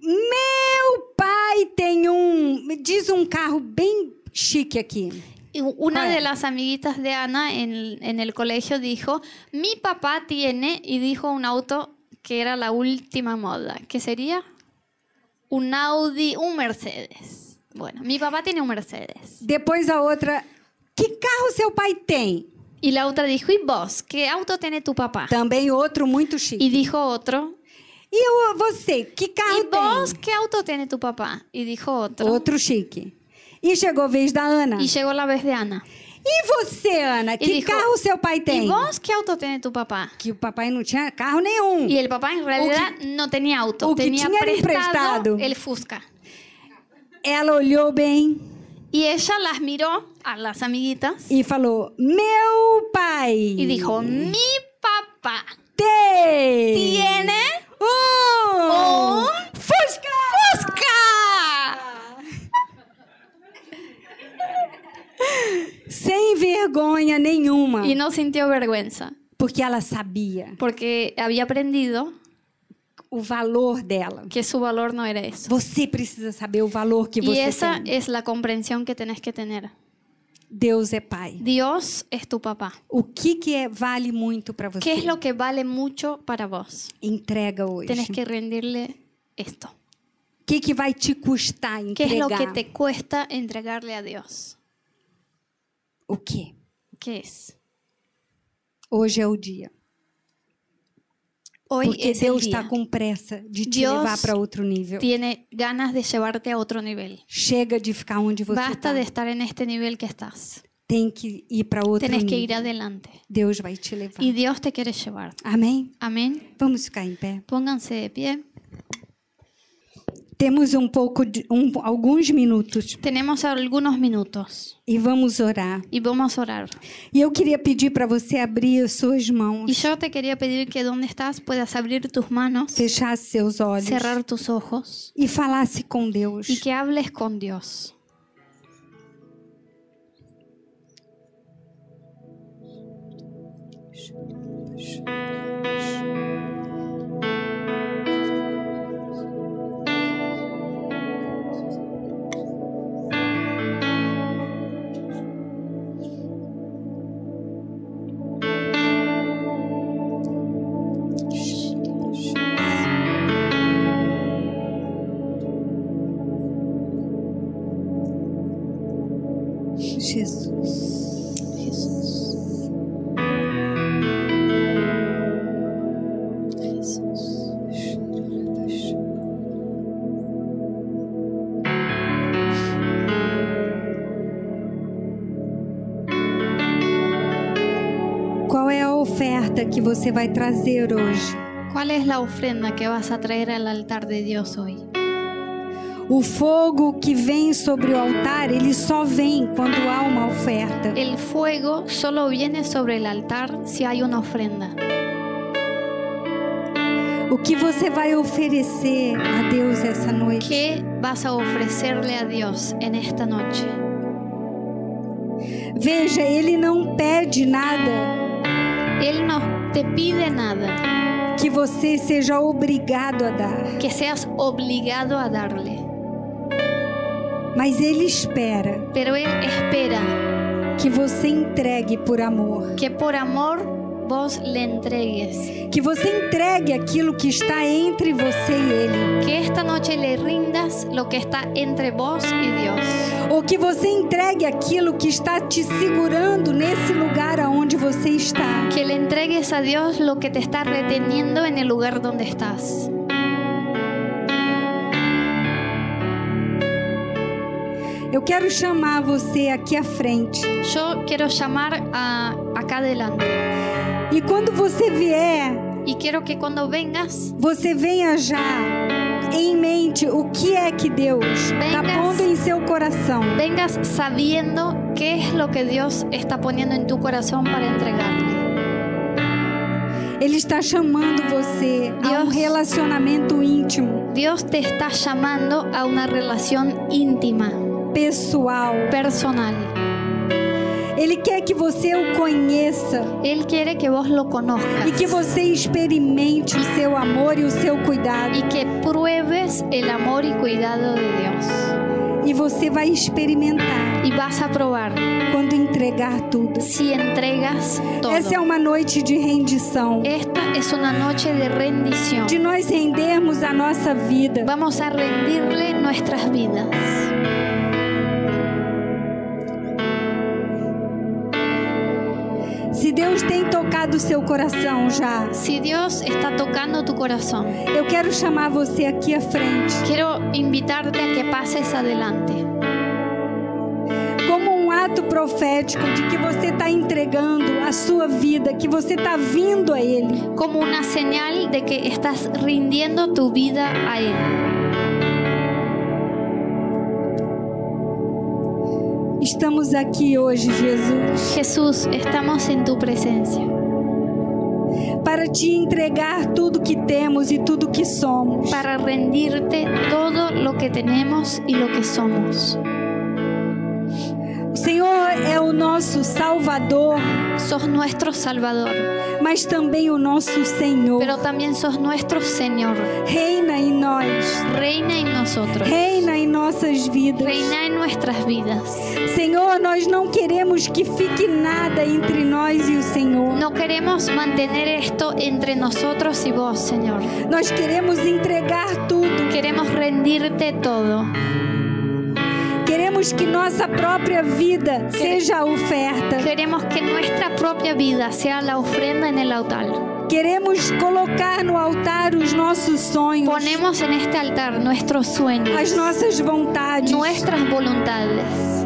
Speaker 1: Meu pai tem um. me Diz um carro bem chique aqui.
Speaker 2: Y u- Una
Speaker 1: Bueno.
Speaker 2: de las amiguitas de Ana en, el- en el colegio dijo, mi papá tiene, y dijo un auto que era la última moda, que sería un Audi, un Mercedes. Bueno, mi papá tiene un Mercedes.
Speaker 1: Depois a outra: Que carro seu pai tem?
Speaker 2: Y la otra dijo, ¿y vos? ¿Qué auto tiene tu papá?
Speaker 1: Também outro muito
Speaker 2: Y
Speaker 1: chique.
Speaker 2: dijo otro,
Speaker 1: E o- você? Que carro
Speaker 2: ¿y vos
Speaker 1: tem?
Speaker 2: qué auto tiene tu papá? Y dijo otro.
Speaker 1: Outro chique. E chegou a vez da Ana.
Speaker 2: Y llegó la vez de Ana.
Speaker 1: E você, Ana? Que
Speaker 2: dijo,
Speaker 1: carro seu pai tem?
Speaker 2: ¿Y vos qué auto tiene tu papá?
Speaker 1: Que o papai não tinha carro nenhum.
Speaker 2: Y el papá en realidad no tenía auto,
Speaker 1: o que
Speaker 2: tenía
Speaker 1: tenía era
Speaker 2: prestado
Speaker 1: prestado.
Speaker 2: el Fusca.
Speaker 1: Ela olhou bem
Speaker 2: Y ella las miró a las amiguitas
Speaker 1: e falou: Meu pai.
Speaker 2: y dijo, mi papá
Speaker 1: Tem.
Speaker 2: tiene
Speaker 1: Um.
Speaker 2: un
Speaker 1: Fusca. Ah.
Speaker 2: Fusca.
Speaker 1: Sem vergonha nenhuma.
Speaker 2: Y no sintió vergüenza
Speaker 1: Porque ela sabia
Speaker 2: porque había aprendido
Speaker 1: o valor dela.
Speaker 2: que su valor no era eso.
Speaker 1: Você precisa saber o valor que
Speaker 2: Y
Speaker 1: você
Speaker 2: esa
Speaker 1: tem.
Speaker 2: es la comprensión que tenés que tener.
Speaker 1: Deus é pai.
Speaker 2: Dios es tu papá.
Speaker 1: O que que é, vale muito para você?
Speaker 2: ¿Qué es lo que vale mucho para vos?
Speaker 1: Entrega hoje.
Speaker 2: Tenés que rendirle esto.
Speaker 1: O que que vai te custar
Speaker 2: ¿Qué es lo
Speaker 1: entregar?
Speaker 2: que te cuesta entregarle a Dios?
Speaker 1: O quê?
Speaker 2: ¿Qué es?
Speaker 1: Hoje é o dia.
Speaker 2: Hoy
Speaker 1: Porque
Speaker 2: es el
Speaker 1: Deus está
Speaker 2: día.
Speaker 1: com pressa de te
Speaker 2: Deus
Speaker 1: levar para outro nível.
Speaker 2: tiene ganas de llevarte a otro nivel.
Speaker 1: Chega de ficar onde você
Speaker 2: Basta
Speaker 1: está.
Speaker 2: de estar en este nivel que estás.
Speaker 1: Tem que ir para outro
Speaker 2: Tenés que
Speaker 1: nível.
Speaker 2: ir adelante.
Speaker 1: Deus vai te levar.
Speaker 2: Y Dios te quiere llevar.
Speaker 1: Amém?
Speaker 2: Amén.
Speaker 1: Vamos ficar em pé.
Speaker 2: Pónganse de pie.
Speaker 1: Temos um pouco de um, alguns minutos
Speaker 2: Tenemos algunos minutos
Speaker 1: e vamos orar.
Speaker 2: y vamos a orar.
Speaker 1: E eu queria pedir para você abrir as suas
Speaker 2: Y
Speaker 1: mãos,
Speaker 2: yo te quería pedir que donde estás puedas abrir tus manos,
Speaker 1: fechar seus olhos
Speaker 2: cerrar tus ojos
Speaker 1: e falasse com Deus.
Speaker 2: y que hables con Dios.
Speaker 1: Jesus. Jesus. é que você vai trazer hoje?
Speaker 2: ¿Cuál es la ofrenda que vas a traer al altar de Dios hoy?
Speaker 1: O fogo que vem sobre o altar, ele só vem quando há uma oferta.
Speaker 2: El fuego solo viene sobre el altar si hay una ofrenda.
Speaker 1: O que você vai oferecer a Deus essa noite?
Speaker 2: ¿Qué vas a ofrecerle a Dios en esta noche?
Speaker 1: Veja, ele não pede nada
Speaker 2: Él no te pide nada
Speaker 1: que você seja obrigado a dar,
Speaker 2: que seas obligado a darle,
Speaker 1: mas ele espera
Speaker 2: pero Él espera
Speaker 1: que você entregue por amor,
Speaker 2: que por amor vos le entregues,
Speaker 1: que você entregue aquilo que está entre você e ele,
Speaker 2: que esta noche le rindas lo que está entre vos y Dios.
Speaker 1: ou que você entregue aquilo que está te segurando nesse lugar aonde você está.
Speaker 2: Que le entregues a Dios lo que te está reteniendo en el lugar donde estás.
Speaker 1: Eu quero chamar você aqui à frente.
Speaker 2: Yo quiero llamar a acá adelante
Speaker 1: E quando você vier,
Speaker 2: y quiero que cuando vengas
Speaker 1: você venha já em mente o que é que Deus está
Speaker 2: Venha.
Speaker 1: pondo em seu coração.
Speaker 2: vengas sabiendo qué es lo que Dios está poniendo en tu corazón para entregarle.
Speaker 1: Ele está chamando você a um
Speaker 2: Deus.
Speaker 1: relacionamento íntimo,
Speaker 2: Dios te está llamando a una relación íntima,
Speaker 1: pessoal.
Speaker 2: personal.
Speaker 1: Ele quer que você o conheça
Speaker 2: Él quiere que vos lo conozcas
Speaker 1: e que você experimente o seu amor e o seu cuidado.
Speaker 2: y que pruebes el amor y cuidado de Dios.
Speaker 1: E você vai experimentar
Speaker 2: Y vas a probar
Speaker 1: quando entregar tudo.
Speaker 2: si entregas todo.
Speaker 1: Essa é uma noite de rendição,
Speaker 2: Esta es una noche de rendición.
Speaker 1: de nós rendermos a nossa vida.
Speaker 2: Vamos a rendirle nuestras vidas.
Speaker 1: Se Deus tem tocado o seu coração já,
Speaker 2: Si Dios está tocando tu corazón,
Speaker 1: eu quero chamar você aqui à frente,
Speaker 2: quiero invitarte a que pases adelante
Speaker 1: como um ato profético de que você está entregando a sua vida, que você está vindo a Ele.
Speaker 2: como una señal de que estás rindiendo tu vida a Él.
Speaker 1: Estamos aqui hoje, Jesus,
Speaker 2: Jesús, estamos en tu presencia
Speaker 1: para te entregar tudo que temos e tudo que somos.
Speaker 2: para rendirte todo lo que tenemos y lo que somos.
Speaker 1: O Senhor é o nosso Salvador,
Speaker 2: Sos nuestro Salvador,
Speaker 1: mas também o nosso Senhor.
Speaker 2: pero también sos nuestro Señor.
Speaker 1: Reina em nós,
Speaker 2: Reina en nosotros.
Speaker 1: reina em nossas vidas.
Speaker 2: Reina en nuestras vidas.
Speaker 1: Senhor, nós não queremos que fique nada entre nós e o Senhor.
Speaker 2: No queremos mantener esto entre nosotros y vos, Señor.
Speaker 1: Nós queremos entregar tudo.
Speaker 2: Queremos rendirte todo.
Speaker 1: Queremos que nossa própria vida seja a oferta.
Speaker 2: Queremos que nuestra propia vida sea la ofrenda en el altar.
Speaker 1: Queremos colocar no altar os nossos sonhos,
Speaker 2: Ponemos en este altar nuestros
Speaker 1: as
Speaker 2: sueños,
Speaker 1: nossas vontades,
Speaker 2: nuestras voluntades,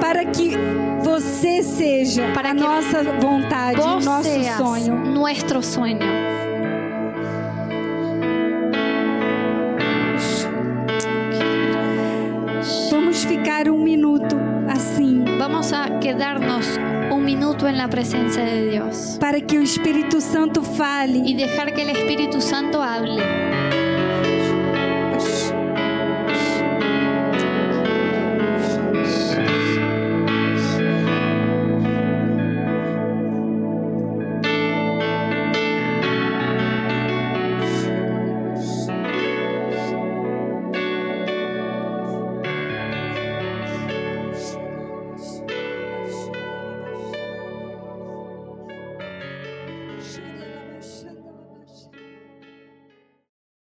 Speaker 1: para que você seja
Speaker 2: Para
Speaker 1: a
Speaker 2: que
Speaker 1: nossa vontade, o
Speaker 2: vos
Speaker 1: nosso
Speaker 2: seas
Speaker 1: sonho.
Speaker 2: nuestro sueño.
Speaker 1: Vamos ficar um minuto assim,
Speaker 2: Vamos a quedarnos un minuto en la presencia de Dios
Speaker 1: para que o Espírito Santo fale
Speaker 2: y dejar que el Espíritu Santo hable